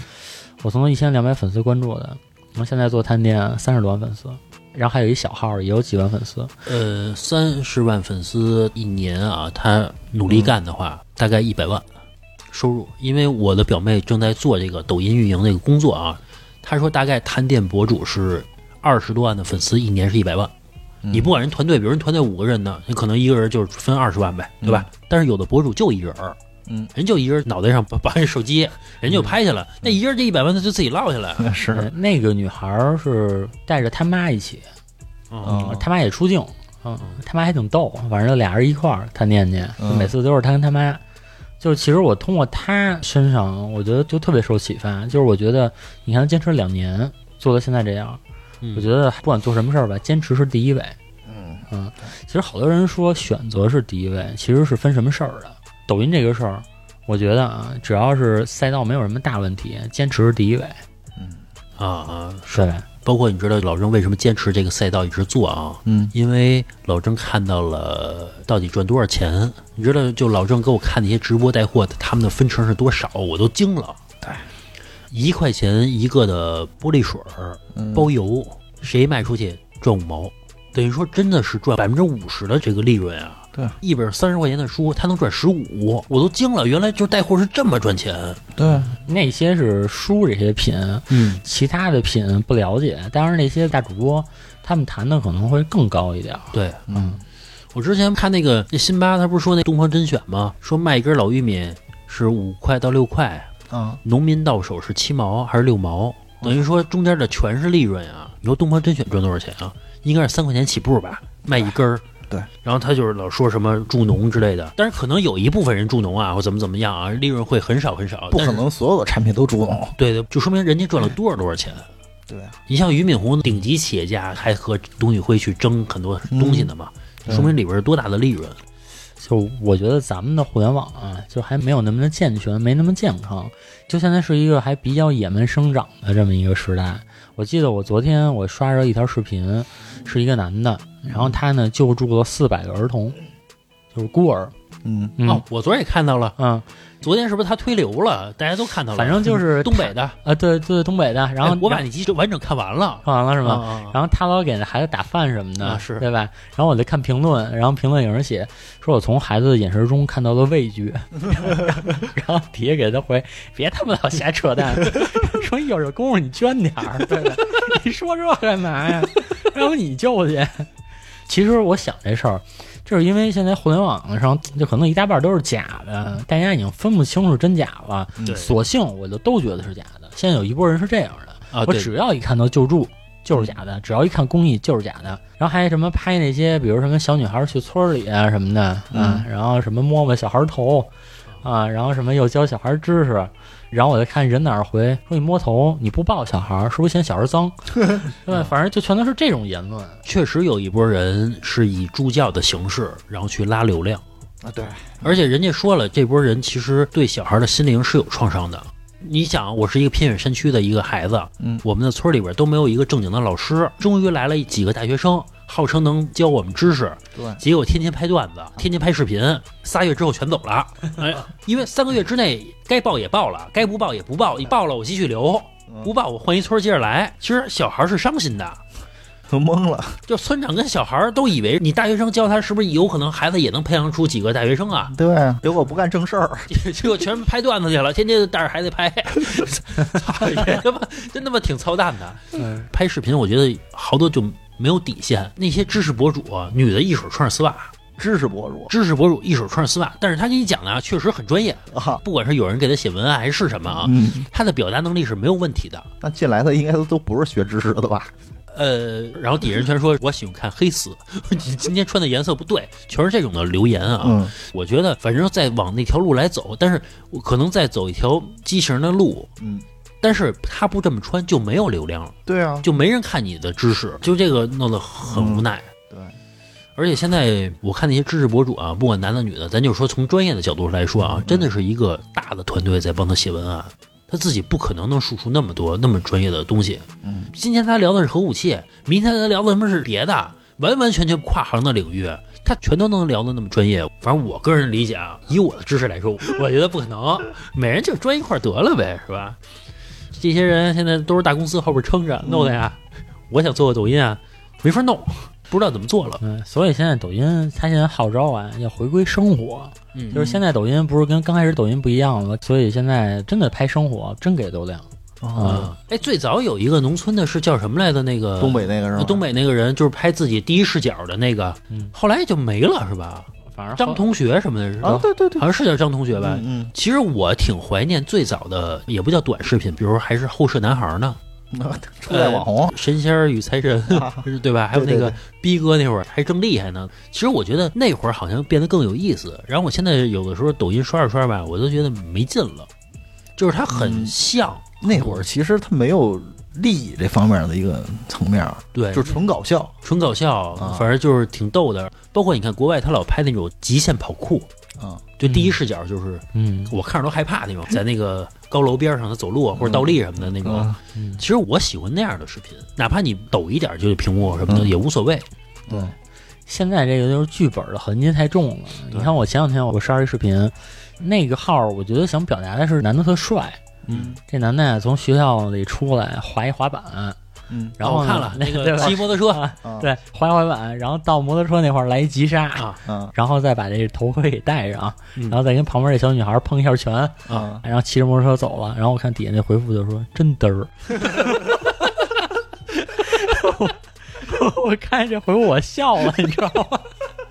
我从一千两百粉丝关注的，然后现在做探店三十多万粉丝，然后还有一小号也有几万粉丝，
呃，三十万粉丝一年啊，他努力干的话，大概一百万收入。因为我的表妹正在做这个抖音运营这个工作啊，她说大概探店博主是二十多万的粉丝，一年是一百万。你不管人团队，比如人团队五个人呢，你可能一个人就是分二十万呗，对吧？但是有的博主就一人儿，
嗯，
人就一人脑袋上绑绑一手机，人就拍下来，那一人这一百万他就自己落下来了。
是
呃那个女孩儿是带着他妈一起，
哦
他妈也出镜，嗯，他妈还挺逗，反正就俩人一块儿探店去，就每次都是他跟他妈。就是其实我通过他身上，我觉得就特别受启发。就是我觉得，你看他坚持两年，做到现在这样，
嗯
我觉得不管做什么事儿吧，坚持是第一位。
嗯
嗯，其实好多人说选择是第一位，其实是分什么事儿的。抖音这个事儿，我觉得啊，只要是赛道没有什么大问题，坚持是第一位，
啊啊！
是吧？
包括你知道老郑为什么坚持这个赛道一直做啊？
嗯
因为老郑看到了到底赚多少钱，你知道，就老郑给我看那些直播带货的，他们的分成是多少，我都惊了。
对，
一块钱一个的玻璃水儿
嗯
包邮，谁卖出去赚五毛，等于说真的是赚百分之五十的这个利润啊。
对，
一本三十块钱的书，他能赚十五，我都惊了。原来就是带货是这么赚钱。
对，
那些是书这些品，
嗯，
其他的品不了解。当然，那些大主播他们谈的可能会更高一点儿。
对，
嗯，
我之前看那个那辛巴，他不是说那东方甄选吗？说卖一根老玉米是五块到六块，
啊
农民到手是七毛还是六毛？等于说中间的全是利润啊！你说东方甄选赚多少钱啊？应该是三块钱起步吧，卖一根儿。
对，
然后他就是老说什么助农之类的，但是可能有一部分人助农啊，或怎么怎么样啊，利润会很少很少。
不
但
可
是。
能所有的产品都主动，
对对，就说明人家赚了多少多少钱。
嗯
对啊，
你像俞敏洪顶级企业家，还和董宇辉去争很多东西呢嘛，
嗯
说明里边是多大的利润。
就我觉得咱们的互联网啊，就还没有那么的健全，没那么健康。就现在是一个还比较野蛮生长的这么一个时代。我记得我昨天我刷着一条视频，是一个男的，然后他呢救助了四百个儿童，就是孤儿。
嗯
嗯、
哦，我昨儿也看到了，
嗯，
昨天是不是他推流了？大家都看到了，嗯
反正就是
东北的。
啊，对对，东北的。然后、嗯
哎我把那集就完整看完了，
看完了是吗？
啊
然后他老给那孩子打饭什么的，
啊是
对吧？然后我就看评论，然后评论有人写说我从孩子的眼神中看到了 畏惧，然后底下给他回别他妈老瞎 扯淡，说有这功夫你捐点儿，对吧？你说这干嘛呀？要不你救去？其实我想这事儿，就是因为现在互联网上就可能一大半都是假的，大家已经分不清楚真假了。
嗯对
索性我就都觉得是假的。现在有一波人是这样的，
啊，
我
对嗯
只要一看到救助就是假的，只要一看公益就是假的。然后还有什么拍那些，比如什么小女孩去村里啊什么的
嗯
啊，然后什么摸摸小孩头啊，然后什么又教小孩知识。然后我就看人哪儿回说你摸头你不抱小孩是不是嫌小孩脏？ 对
嗯
吧？反正就全都是这种言论。
确实有一波人是以助教的形式，然后去拉流量，
啊对，
而且人家说了，这波人其实对小孩的心灵是有创伤的。你想，我是一个偏远山区的一个孩子，
嗯
我们的村里边都没有一个正经的老师，终于来了几个大学生，号称能教我们知识，
对，
结果天天拍段子，天天拍视频，仨月之后全走了。哎，因为三个月之内该报也报了，该不报也不报，你报了我继续留，不报我换一村接着来。其实小孩是伤心的，
都懵了，
就村长跟小孩都以为你大学生教他，是不是有可能孩子也能培养出几个大学生 啊？
对啊，结果不干正事儿，
结果全拍段子去了，天天带着孩子拍，操也他妈真他妈挺操蛋的。拍视频我觉得好多就没有底线，那些知识博主啊，女的一手穿着丝袜，
知识博主
知识博主一手穿着丝袜，但是他给你讲的啊，确实很专业，
啊，
不管是有人给他写文案还是什么啊，
嗯，
他的表达能力是没有问题的。
那进来的应该都都不是学知识的吧？
呃，然后底下人全说我喜欢看黑丝， 你今天穿的颜色不对，全是这种的留言啊。
嗯，
我觉得反正再往那条路来走，但是我可能再走一条畸形的路，
嗯，
但是他不这么穿就没有流量了，
对啊，
就没人看你的知识，就这个弄得很无奈。
对，
而且现在我看那些知识博主啊，不管男的女的，咱就说从专业的角度来说啊，真的是一个大的团队在帮他写文案，他自己不可能能输出那么多那么专业的东西。
嗯，
今天他聊的是核武器，明天他聊的他妈是别的，完完全全跨行的领域。他全都能聊的那么专业，反正我个人理解啊，以我的知识来说，我觉得不可能，每人就专一块儿得了呗，是吧？这些人现在都是大公司后边撑着弄的呀，我想做个抖音啊，没法弄，不知道怎么做了。
嗯，所以现在抖音它现在号召啊，要回归生活，
嗯
就是现在抖音不是跟刚开始抖音不一样了，所以现在真的拍生活，真给流量
啊，
啊，哎，最早有一个农村的是叫什么来的？那个
东北那个是
呃
吧？
东北那个人就是拍自己第一视角的那个，
嗯
后来就没了是吧？
反正
张同学什么的是吧？
啊，对对对，
好像是叫张同学吧。
嗯，
其实我挺怀念最早的，也不叫短视频，比如还是后舍男孩呢，
嗯初代网红，
神仙儿与财神，
啊
对吧？还有那
对对
个逼哥那会儿还正厉害呢。其实我觉得那会儿好像变得更有意思。然后我现在有的时候抖音刷着刷着吧，我都觉得没劲了，就是它很
嗯
像、
那会儿其实他没有利益这方面的一个层面，
对，
就是纯搞笑，
纯搞笑
啊，
反正就是挺逗的。包括你看国外，他老拍那种极限跑酷，
啊，
就第一视角就是
嗯
我看着都害怕那种，在那个高楼边上他走路啊或者倒立什么的那种。
啊
嗯，
其实我喜欢那样的视频，哪怕你抖一点就是屏幕什么的
嗯
也无所谓。
对，
现在这个就是剧本的痕迹太重了。你
对
看我前两天我刷一视频，那个号儿我觉得想表达的是男的特帅，
嗯
这男的呀从学校里出来滑一滑板，
嗯
然后
我
呢
看了那
对
个
吧
骑摩托车
啊
对，滑一滑板，然后到摩托车那块儿来一急刹，
啊
啊
然后再把这头盔给戴上，
嗯
然后再跟旁边这小女孩碰一下拳，
啊，
然后骑着摩托车走了。然后我看底下那回复就说真嘚 儿。 我我 看这回复我笑了，你知道吗？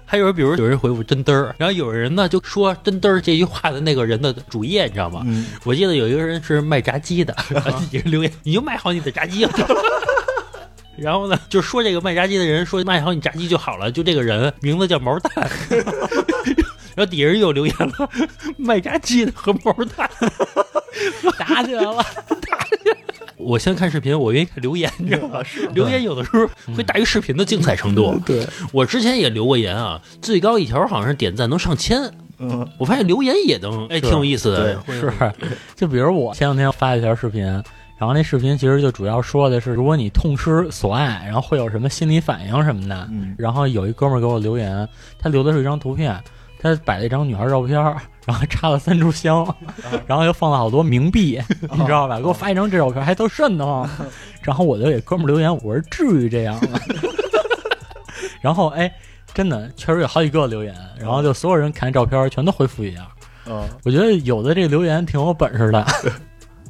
还有人比如有人回复真嘚儿，然后有人呢就说真嘚儿这句话的那个人的主页，你知道吗？
嗯
我记得有一个人是卖炸鸡的，然后底下留言你就卖好你的炸鸡了。然后呢，就说这个卖炸鸡的人说卖好你炸鸡就好了，就这个人名字叫毛蛋。然后底下人又留言了，卖炸鸡的和毛蛋。
打起来了。
我先看视频，我愿意看留言，你知道吗？留言有的时候会大于视频的精彩程度。
对，
我之前也留过言啊，最高一条好像是点赞能上千，
嗯
我发现留言也能，哎，挺有意思的。
是，就比如我前两天发一条视频，然后那视频其实就主要说的是，如果你痛失所爱，然后会有什么心理反应什么的。
嗯
然后有一哥们儿给我留言，他留的是一张图片，他摆了一张女孩照片儿，然后插了三炷香，然后又放了好多冥币，你知道吧？给我发一张这照片，还都瘆得慌。然后我就给哥们儿留言，我说至于这样吗？ 然后哎，真的确实有好几个留言，然后就所有人看照片儿全都回复一样。
啊
我觉得有的这留言挺有本事的，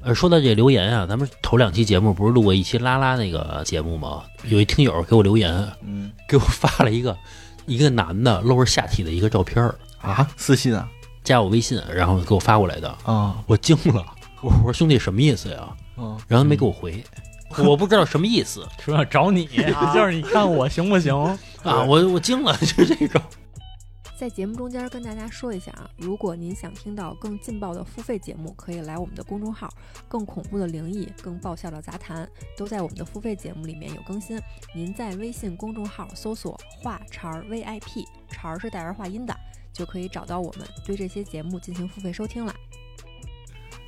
呃，说到这留言啊，咱们头两期节目不是录过一期拉拉那个节目吗？有一听友给我留言，
嗯
给我发了一个一个男的露着下体的一个照片儿，
啊，私信啊
加我微信，然后给我发过来的，
啊
我惊了，我说兄弟什么意思呀？
啊，
然后他没给我回，我不知道什么意思
说要找你，就是你看我行不行？
啊，我我惊了， 就是这种。
在节目中间跟大家说一下啊，如果您想听到更劲爆的付费节目，可以来我们的公众号，更恐怖的灵异、更爆笑的杂谈，都在我们的付费节目里面有更新。您在微信公众号搜索“话茬儿 VIP”，茬儿是带儿化音的，就可以找到我们，对这些节目进行付费收听了。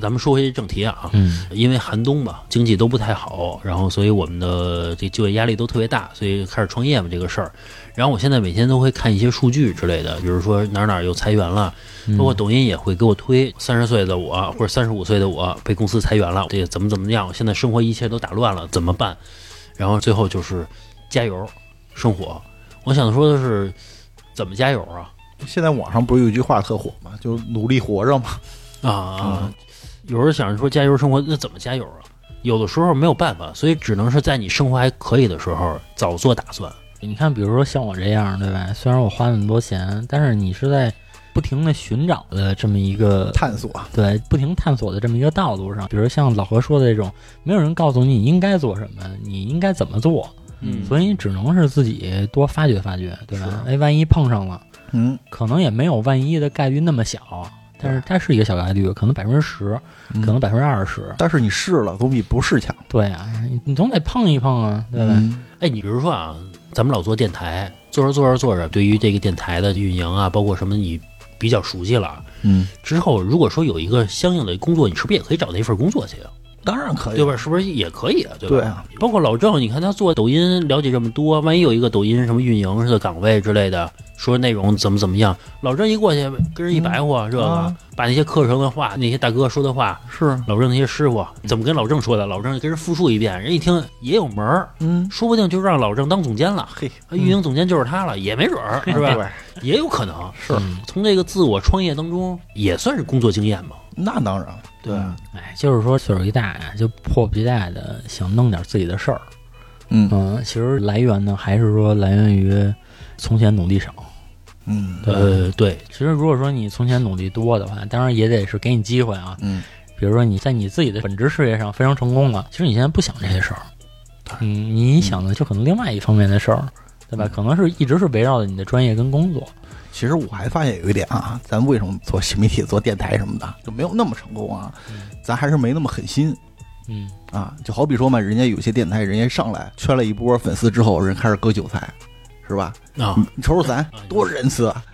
咱们说回正题啊，
嗯
因为寒冬吧，经济都不太好，然后所以我们的这就业压力都特别大，所以开始创业嘛这个事儿。然后我现在每天都会看一些数据之类的，比如说哪儿哪儿又裁员了，包括抖音也会给我推三十岁的我或者三十五岁的我被公司裁员了，这怎么怎么样，我现在生活一切都打乱了，怎么办？然后最后就是加油，生活。我想说的是，怎么加油啊？
现在网上不是有一句话特火吗？就努力活着嘛。
啊啊！有时候想着说加油生活，那怎么加油啊？有的时候没有办法，所以只能是在你生活还可以的时候早做打算。
你看，比如说像我这样，对吧？虽然我花那么多钱，但是你是在不停的寻找的这么一个
探索，
对，不停探索的这么一个道路上。比如像老何说的这种，没有人告诉你应该做什么，你应该怎么做，
嗯
所以你只能是自己多发掘发掘，对吧？哎，万一碰上了，
嗯，
可能也没有万一的概率那么小，但是它是一个小概率，可能百分之十，可能百分之二十。
但是你试了，总比不试强。
对啊，你你总得碰一碰啊，对吧？
嗯，
哎，你比如说啊，咱们老做电台，做着做着做着，对于这个电台的运营啊，包括什么你比较熟悉了，
嗯，
之后如果说有一个相应的工作，你是不是也可以找那份工作去啊？
当然可以，
对吧？？是不是也可以啊？对吧？
对啊
包括老郑，你看他做抖音了解这么多，万一有一个抖音什么运营似的岗位之类的，说内容怎么怎么样，老郑一过去跟人一白话，这个、
啊
把那些课程的话，那些大哥说的话，
是，
老郑那些师傅怎么跟老郑说的，老郑跟人复述一遍，人一听也有门儿，
嗯，
说不定就让老郑当总监了，哎
嘿，嗯
运营总监就是他了，也没准儿，是吧？
对，
也有可能。
是，
嗯
从这个自我创业当中，也算是工作经验嘛。
那当然，对，
哎，就是说岁数一大呀，就迫不及待的想弄点自己的事儿。
嗯
嗯，其实来源呢，还是说来源于从前努力少。
嗯
对
呃，对，
其实如果说你从前努力多的话，当然也得是给你机会啊。
嗯，
比如说你在你自己的本职事业上非常成功了，其实你现在不想这些事儿，嗯，你想的就可能另外一方面的事儿，对吧？可能是一直是围绕着你的专业跟工作。
其实我还发现有一点啊，咱为什么做新媒体、做电台什么的就没有那么成功啊？咱还是没那么狠心
嗯，
啊。就好比说嘛，人家有些电台，人家上来圈了一波粉丝之后，人开始割韭菜，是吧？
啊，
你你瞅瞅咱多仁慈啊，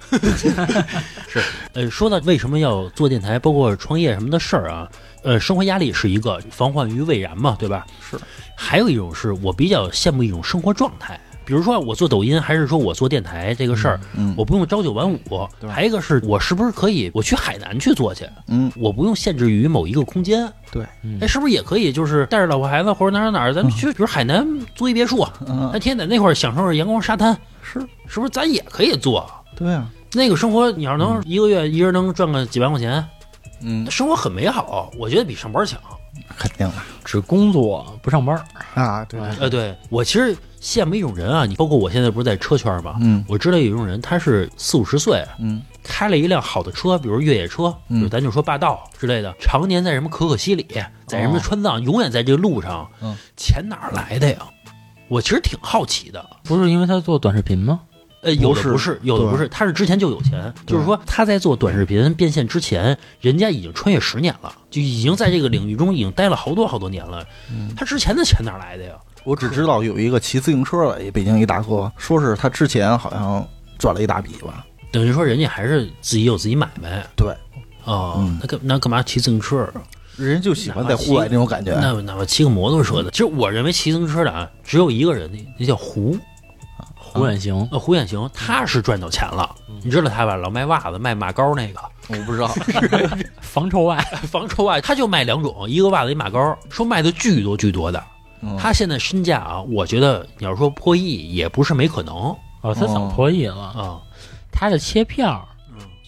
呃，说到为什么要做电台，包括创业什么的事儿啊，呃，生活压力是一个，防患于未然嘛，对吧？
是。
还有一种是我比较羡慕一种生活状态，比如说我做抖音，还是说我做电台这个事儿，
嗯
我不用朝九晚五。
对
还有一个是我是不是可以我去海南去做去，
嗯，
我不用限制于某一个空间。
对，
嗯
哎，是不是也可以就是带着老婆孩子或者哪儿哪儿，咱们去，比如海南租一别墅，咱
嗯，
天天在那块儿享受着阳光沙滩，
是，
是不是咱也可以做？
对啊，
那个生活，你要能一个月一人能赚个几万块钱，
嗯，
生活很美好，我觉得比上班强。
肯定了
只工作不上班儿。
啊，对
呃，对我其实羡慕一种人啊，你包括我现在不是在车圈嘛，
嗯
我知道有一种人，他是四五十岁，
嗯，
开了一辆好的车，比如越野车，
嗯
就咱就说霸道之类的，常年在什么可可西里，在什么
哦
川藏，永远在这个路上，
嗯
钱哪儿来的呀？我其实挺好奇的，
不是因为他做短视频吗？
呃，有的
不是
不是，有的
对
不是，他是之前就有钱，
对
就是说他在做短视频变现之前，人家已经穿越十年了，就已经在这个领域中已经待了好多好多年了。
嗯
他之前的钱哪来的呀？
我只知道有一个骑自行车的，也北京一大哥，说是他之前好像赚了一大笔吧。
等于说人家还是自己有自己买卖
对，
啊
嗯，
那干那干嘛骑自行车啊？
人就喜欢在户外那种感觉
那哪怕骑个摩托车的，其实我认为骑自行车的啊，只有一个人，那那叫胡，
胡远行，
呃，胡远行，他是赚到钱了，
嗯
你知道他吧？老卖袜子、卖马膏那个，
我不知道。
防臭外。
防臭袜，他就卖两种，一个袜子一马膏，说卖的巨多巨多的。
嗯
他现在身价啊，我觉得你要说破亿也不是没可能
哦，他早
哦
破亿了。
啊。
他的切片儿，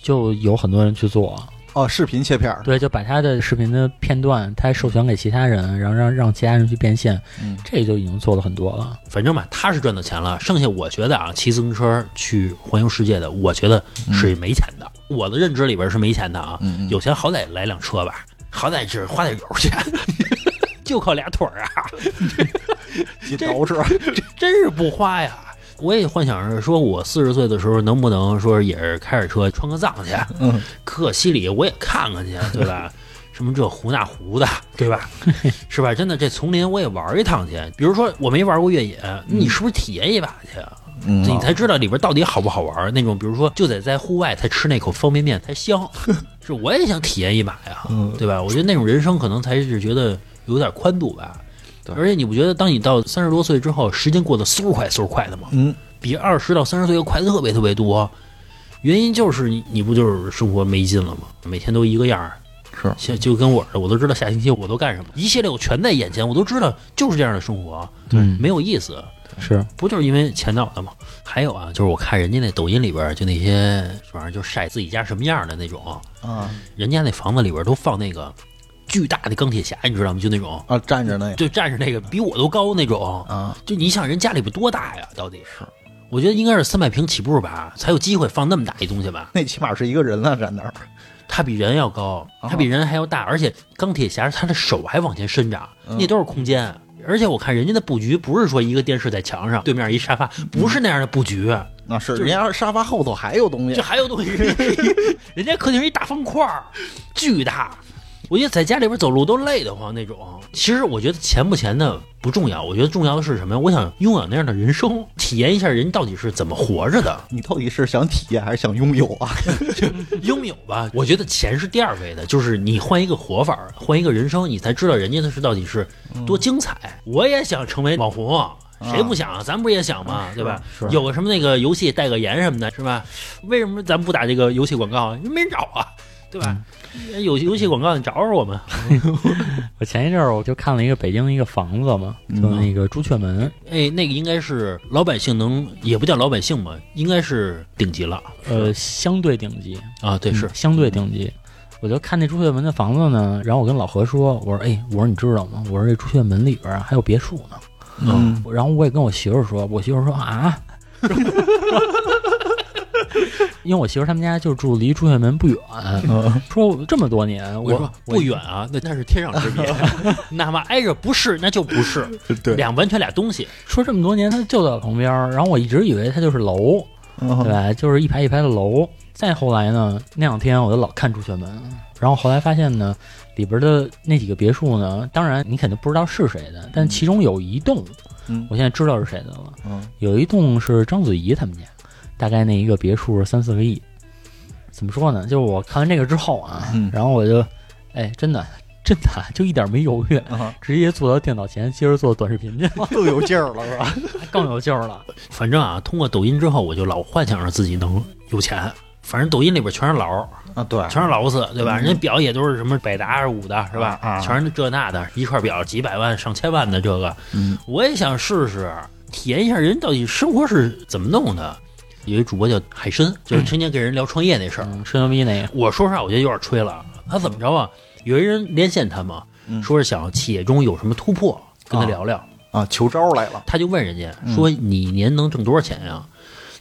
就有很多人去做。
哦，视频切片儿，
对，就把他的视频的片段，他授权给其他人，然后让让其他人去变现，
嗯
这就已经做了很多了。
反正吧，他是赚到钱了，剩下我觉得啊，骑自行车去环游世界的，我觉得是没钱的。我的认知里边是没钱的啊，
嗯嗯嗯
有钱好歹来辆车吧，好歹是花点油 钱，就靠俩腿儿啊，
骑倒车，
真是不花呀。我也幻想着说，我四十岁的时候能不能说也是开着车穿个藏去，
嗯，
可西里我也看看去，对吧？什么这湖那湖的，对吧？是吧？真的，这丛林我也玩一趟去。比如说我没玩过越野，你是不是体验一把去？啊
嗯
你才知道里边到底好不好玩。那种比如说就得在户外才吃那口方便面才 香，是我也想体验一把呀，
嗯
对吧？我觉得那种人生可能才是觉得有点宽度吧。而且你不觉得当你到三十多岁之后，时间过得嗖快嗖快的吗？
嗯，
比二十到三十岁要快特别特别多。原因就是你你不就是生活没劲了吗？每天都一个样儿，
是
像就跟我似的，我都知道下星期我都干什么，一系列我全在眼前，我都知道就是这样的生活，
对
没有意思。
是
不就是因为钱脑的吗？还有啊，就是我看人家那抖音里边儿，就那些反正就晒自己家什么样儿的那种，
啊
人家那房子里边儿都放那个巨大的钢铁侠，你知道吗？就那种
啊，站着那个
就站着那个比我都高那种，
啊，
就你想人家里边多大呀？到底是？我觉得应该是三百平起步吧，才有机会放那么大一东西吧。
那起码是一个人了，站那儿
它比人要高，
哦
它比人还要大，而且钢铁侠他的手还往前伸展，那都是空间。而且我看人家的布局不是说一个电视在墙上，对面一沙发，不是那样的布局。
那是人家沙发后头还有东
这
西，啊
还有东西， 人家客厅是一大方块儿，巨大。我觉得在家里边走路都累得慌那种。其实我觉得钱不钱的不重要，我觉得重要的是什么呀？我想拥有那样的人生，体验一下人到底是怎么活着的，
你到底是想体验还是想拥有啊？
拥有吧。我觉得钱是第二位的，就是你换一个活法儿，换一个人生，你才知道人家的是到底是多精彩。我也想成为网红。谁不想？啊咱不是也想吗？对吧？
是
有个什么那个游戏代个言什么的，是吧？为什么咱不打这个游戏广告？没人找啊，对吧？有游戏广告，你找找我们。
我前一阵儿我就看了一个北京一个房子嘛，就那个朱雀门，
哎，那个应该是老百姓能，也不叫老百姓吧，应该是顶级了
呃，相对顶级，
啊。对，是
嗯相对顶级。我就看那朱雀门的房子呢，然后我跟老何说，我说，哎，我说你知道吗？我说这朱雀门里边儿啊还有别墅呢。
嗯，
然后我也跟我媳妇儿说，我媳妇儿说啊， 因为我媳妇儿他们家就住离朱雀门不远，
嗯
说这么多年，
我
我
说不远啊，那那是天壤之别。 哪怕挨着不是，那就不是，
对，
两完全俩东西。
说这么多年，它就在我旁边儿，然后我一直以为它就是楼，
嗯
对吧？就是一排一排的楼。再后来呢，那两天我就老看朱雀门，然后后来发现呢，里边的那几个别墅呢，当然你肯定不知道是谁的，但其中有一栋，
嗯
我现在知道是谁的了，
嗯，
有一栋是章子怡他们家，大概那一个别墅是三四个亿。怎么说呢？就是我看完这个之后啊，
嗯
然后我就，哎，真的。真的就一点没犹豫，
啊，
直接坐到电脑前，接着做短视频去，
更有劲儿了是吧？
更有劲儿了。
反正啊，通过抖音之后，我就老幻想着自己能有钱。反正抖音里边全是老儿，
啊，对，
全是劳斯，对吧？人家表也都是什么百达二五的，是吧？
啊啊
全是这那的，一块表几百万、上千万的这个，
嗯
我也想试试，体验一下人到底生活是怎么弄的。有一主播叫海参，就是天天跟人聊创业那事儿。
嗯，吹牛逼那个，
我说实话，我觉得有点吹了。他怎么着啊？有一人连线他嘛，
嗯
说是想企业中有什么突破，跟他
啊
聊聊。
啊，求招来了，
他就问人家说：“你一年能挣多少钱呀、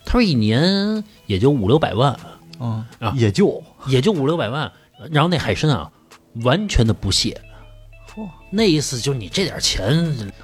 他说：“一年也就五六百万。”
嗯
啊
也就
也就五六百万。然后那海参啊，完全的不屑，那意思就是你这点钱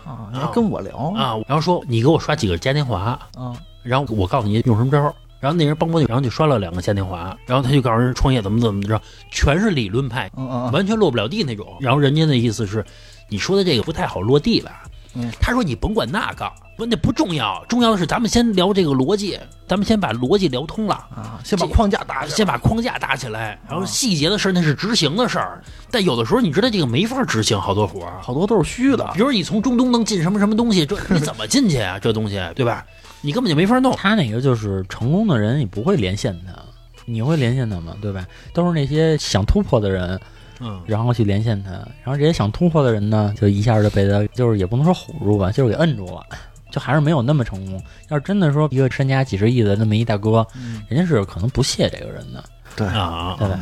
啊，你还跟我聊
啊，然后说你给我刷几个嘉年华，
啊，
然后我告诉你用什么招儿。然后那人帮帮就，然后就刷了两个嘉年华，然后他就告诉人创业怎么怎么着，全是理论派，
嗯嗯
完全落不了地那种。然后人家的意思是，你说的这个不太好落地吧？
嗯，
他说你甭管那个，不那不重要，重要的是咱们先聊这个逻辑，咱们先把逻辑聊通了。
啊，先把框架打下，
先把框架搭起来，然后细节的事儿那是执行的事儿，但有的时候你知道这个没法执行好多活儿，
好多都是虚的
比，如你从中东能进什么什么东 西，这你怎么进去啊？这东西对吧？你根本就没法弄。
他那个就是成功的人，你不会连线他，你会连线他吗？对吧？都是那些想突破的人，
嗯，
然后去连线他，然后这些想突破的人呢，就一下就被他就是也不能说唬住吧，就是给摁住了。就还是没有那么成功。要是真的说一个身家几十亿的那么一大哥，人家是可能不屑这个人的。
对，
啊，
对吧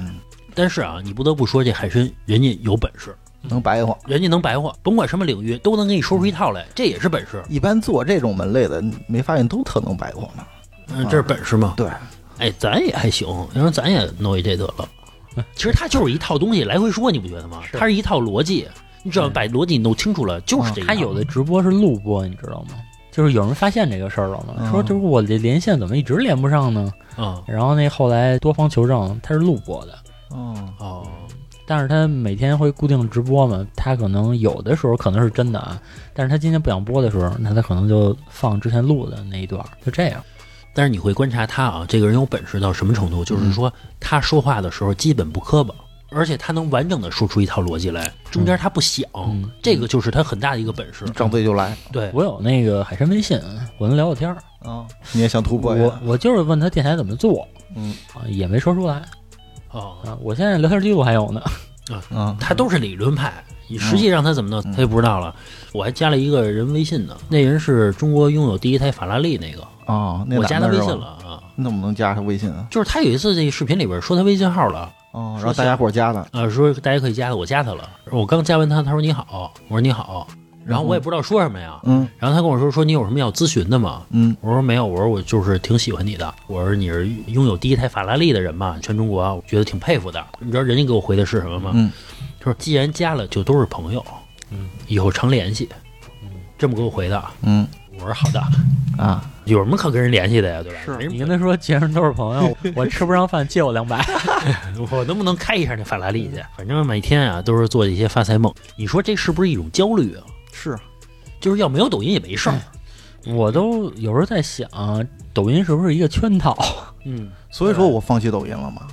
但是啊，你不得不说这海参人家有本事，
能白活。
人家能白活，甭管什么领域都能给你说出一套来，这也是本事。
一般做这种门类的，你没发现都特能白活吗？
嗯，这是本事嘛？
对，
哎，咱也还行，你说咱也弄一这得了。其实它就是一套东西来回说，你不觉得吗？
嗯是嗯
它是一套逻辑，你只要把逻辑弄清楚了，就是这一套。
他有的直播是录播，你知道吗？就是有人发现这个事儿了嘛，
嗯
说就是我这连线怎么一直连不上呢？
啊
然后那后来多方求证，他是录播的，
嗯，
哦
但是他每天会固定直播嘛，他可能有的时候可能是真的啊，但是他今天不想播的时候，那他可能就放之前录的那一段，就这样。
但是你会观察他啊，这个人有本事到什么程度？就是说他说话的时候基本不磕巴，而且他能完整的说出一套逻辑来，中间他不想，
嗯
这个就是他很大的一个本事。
张嘴就来，
对，
我有那个海参微信，我跟他聊过天儿，
嗯，你也想突破一
我
下，
我就是问他电台怎么做
嗯
啊，也没说出来
哦，
啊。我现在聊天记录还有呢，
嗯，
他都是理论派，你实际上他怎么弄，
嗯
他就不知道了。我还加了一个人微信呢，那人是中国拥有第一台法拉利那个，
哦，那
我加他
男
微
的是
信
吧
了，啊。
你怎么能加他微信啊？
就是他有一次这个视频里边说他微信号了，
哦，然后大家伙儿加的，
啊，说大家可以加他，我加他了。我刚加完他，他说你好，我说你好，然后我也不知道说什么呀。
嗯
然后他跟我说说你有什么要咨询的吗？
嗯
我说没有，我说我就是挺喜欢你的，我说你是拥有第一台法拉利的人嘛，全中国啊我觉得挺佩服的。你知道人家给我回的是什么吗？
嗯，
他说既然加了就都是朋友，
嗯，
以后常联系，这么给我回的。啊
嗯
我说好的，
啊，
有什么可跟人联系的呀，对吧？
是
没什
你
么
跟他说既然都是朋 友，我吃不上饭借我两百，
我能不能开一下那法拉利去？反正每天啊都是做一些发财梦。你说这是不是一种焦虑啊？
是，
就是要没有抖音也没事儿。
我都有时候在想，抖音是不是一个圈套？
嗯，
所以说我放弃抖音了嘛，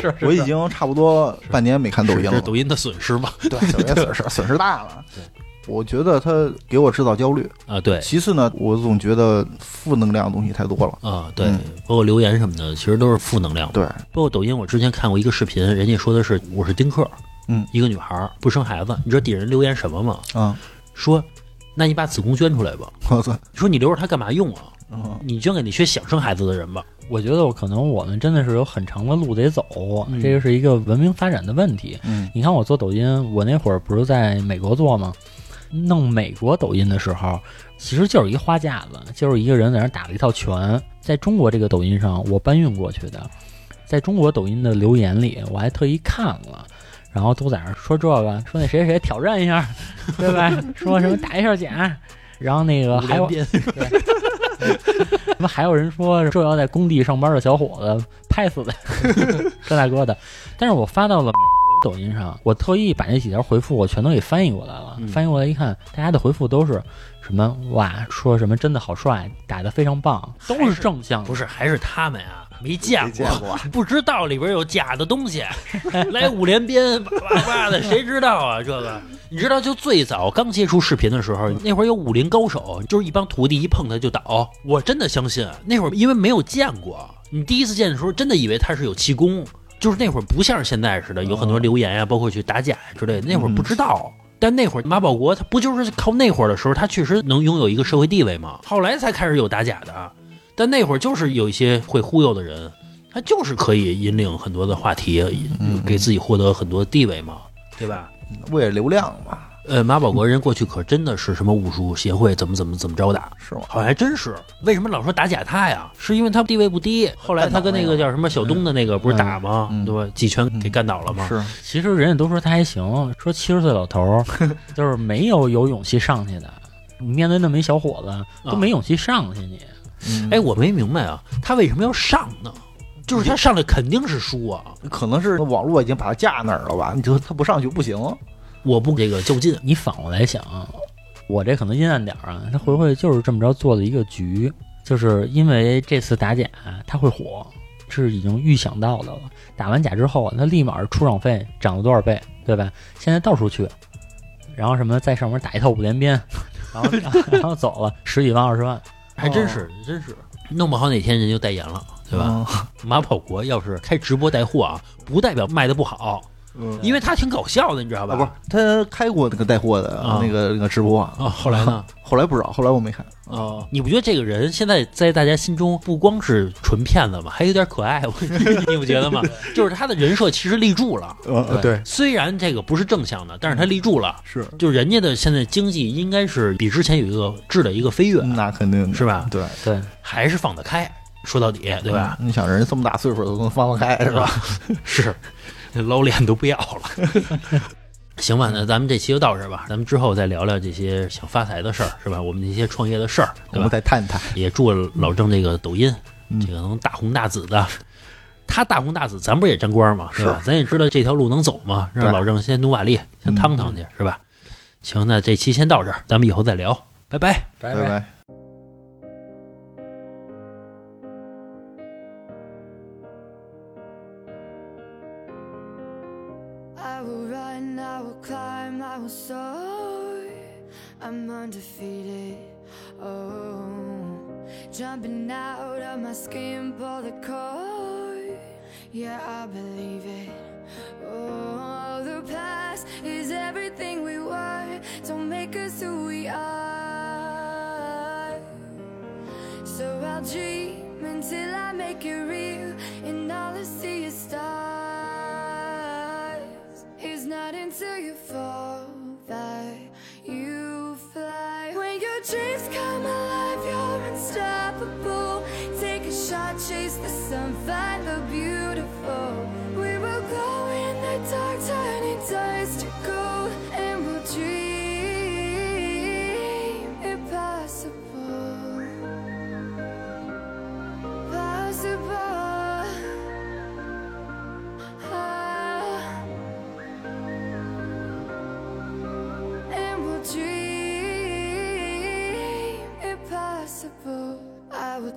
是
我已经差不多半年没看抖音
这
了
是
嘛，
抖音的损失嘛？
对， 抖音损失损失大了。我觉得它给我制造焦虑。
啊，对
其次呢，我总觉得负能量的东西太多了。
啊，对
嗯，
包括留言什么的，其实都是负能量。
对，
包括抖音，我之前看过一个视频，人家说的是我是丁克，
嗯，
一个女孩儿不生孩子，你知道底下人留言什么吗？
啊，
说，那你把子宫捐出来吧。
我操，
你说你留着它干嘛用啊？
嗯
你捐给那些想生孩子的人吧。
我觉得我可能我们真的是有很长的路得走，
嗯
这个是一个文明发展的问题。
嗯
你看我做抖音，我那会儿不是在美国做吗？弄美国抖音的时候，其实就是一花架子，就是一个人在那儿打了一套拳。在中国这个抖音上，我搬运过去的，在中国抖音的留言里，我还特意看了。然后都在那儿说这个，说那谁谁挑战一下，对吧？说什么打一下假，然后那个呃还有
无连鞭
他们还有人说这要在工地上班的小伙子 拍死的，这大哥的。但是我发到了美国抖音上，我特意把那几条回复我全都给翻译过来了。
嗯
翻译过来一看，大家的回复都是什么哇，说什么真的好帅，打的非常棒，都是正向的。
不是，还是他们呀，没见过，
没见过
不知道里边有假的东西， 来五连鞭，叭叭叭的，谁知道啊？这个你知道，就最早刚接触视频的时候，那会儿有武林高手，就是一帮徒弟一碰他就倒，我真的相信那会儿，因为没有见过，你第一次见的时候，真的以为他是有气功，就是那会儿不像是现在似的，有很多留言呀、包括去打假之类的，那会儿不知道。但那会儿马保国他不就是靠那会儿的时候，他确实能拥有一个社会地位吗？后来才开始有打假的，但那会儿就是有一些会忽悠的人，他就是可以引领很多的话题，
嗯
给自己获得很多地位嘛，对吧？
为了流量嘛，
呃，马保国人过去可真的是什么武术协会怎么怎么怎么着打，
是吗？
好像还真是。为什么老说打假他呀？是因为他地位不低，后来他跟那个叫什么小东的那个不是打吗？
嗯嗯嗯
对吧？几拳给干倒了吗？
是，
其实人家都说他还行，说七十岁老头 儿就是没有有勇气上去的。你面对那么一小伙子，
啊
都没勇气上去你。
嗯
哎，，我没明白啊，他为什么要上呢？就是他上来肯定是输啊！
哎可能是网络已经把他架那儿了吧？你就他不上去不行。
我不这个较劲，
你反过来想，我这可能阴暗点儿啊，他会不会就是这么着做的一个局？就是因为这次打假他会火，是已经预想到的了。打完假之后，啊他立马出场费涨了多少倍，对吧？现在到处去，然后什么在上面打一套五连鞭，然后 然后走了十几万二十万，
还真
哦
是真是，弄不好哪天人就代言了，对吧？
吧？
马保国要是开直播带货啊，不代表卖的不好，
嗯，
因为他挺搞笑的，你知道吧？
啊，不是，他开过那个带货的
啊
那个那个直播，
啊，后来 呢？
后来不知道，后来我没看。
哦，你不觉得这个人现在在大家心中不光是纯骗子吗？还有点可爱，我 你不觉得吗？就是他的人设其实立住了，
呃，对，
虽然这个不是正向的，但是他立住了。
是，
就人家的现在经济应该是比之前有一个质的一个飞跃，
那肯定的
是吧？
对，
对，
还是放得开。说到底，对吧？
嗯？你想，人这么大 岁数都能放得开，是吧？
是，捞脸都不要了。行吧，那咱们这期就到这儿吧，咱们之后再聊聊这些想发财的事儿，是吧？我们这些创业的事儿，
我
对吧？
们再探探。
也祝老郑这个抖音，
嗯
这个能大红大紫的。他大红大紫，咱不是也沾光吗？是吧？咱也知道这条路能走吗？让
对嗯
老郑先努把力，先趟趟去，是吧？行，那这期先到这儿，咱们以后再聊，拜拜。
拜
拜拜。
I will run, I will climb, I will soar. I'm undefeated. Oh, jumping out of my skin, pull the cord. Yeah, I believe it. Oh, the past is everything we were. Don't make us who we are. So I'll dream until I make it real, and all I see is stars. It's not until you fall that you fly. When your dreams come alive, you're unstoppable. Take a shot, chase the sun, find the beautiful. We will go in the dark, turning dust to gold, and we'll dream impossible possible. Ah. And we'll dream impossible. I will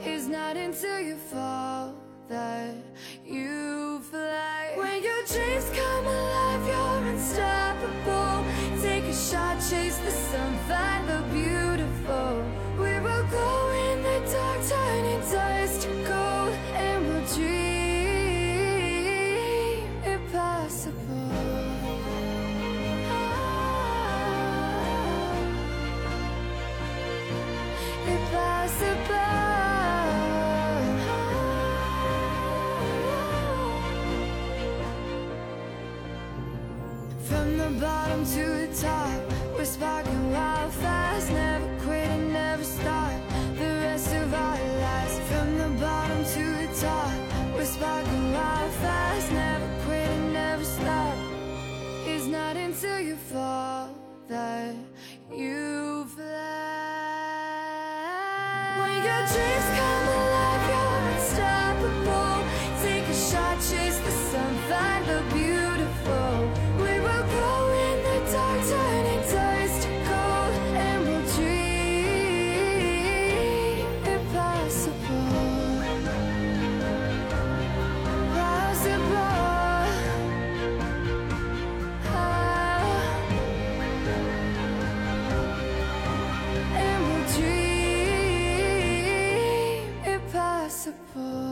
It's not until you fall that you fly. When your dreams come alive, you're unstoppable. Take a shot, chase the sun, find the beautiful. We will go in the dark, turning dust to gold, and we'll dream impossible. Impossible. From the bottom to the top, we're sparking wild fast, never quit and never stop. The rest of our lives, from the bottom to the top, we're sparking wild fast, never quit and never stop. It's not until you fall that you fly. When your dreams come alive, you're unstoppable. Take a shot, chase the sun, find the beautiful. We will go in the dark, turning dust to gold, and we'll dream impossible. Possible. And we'll dream impossible.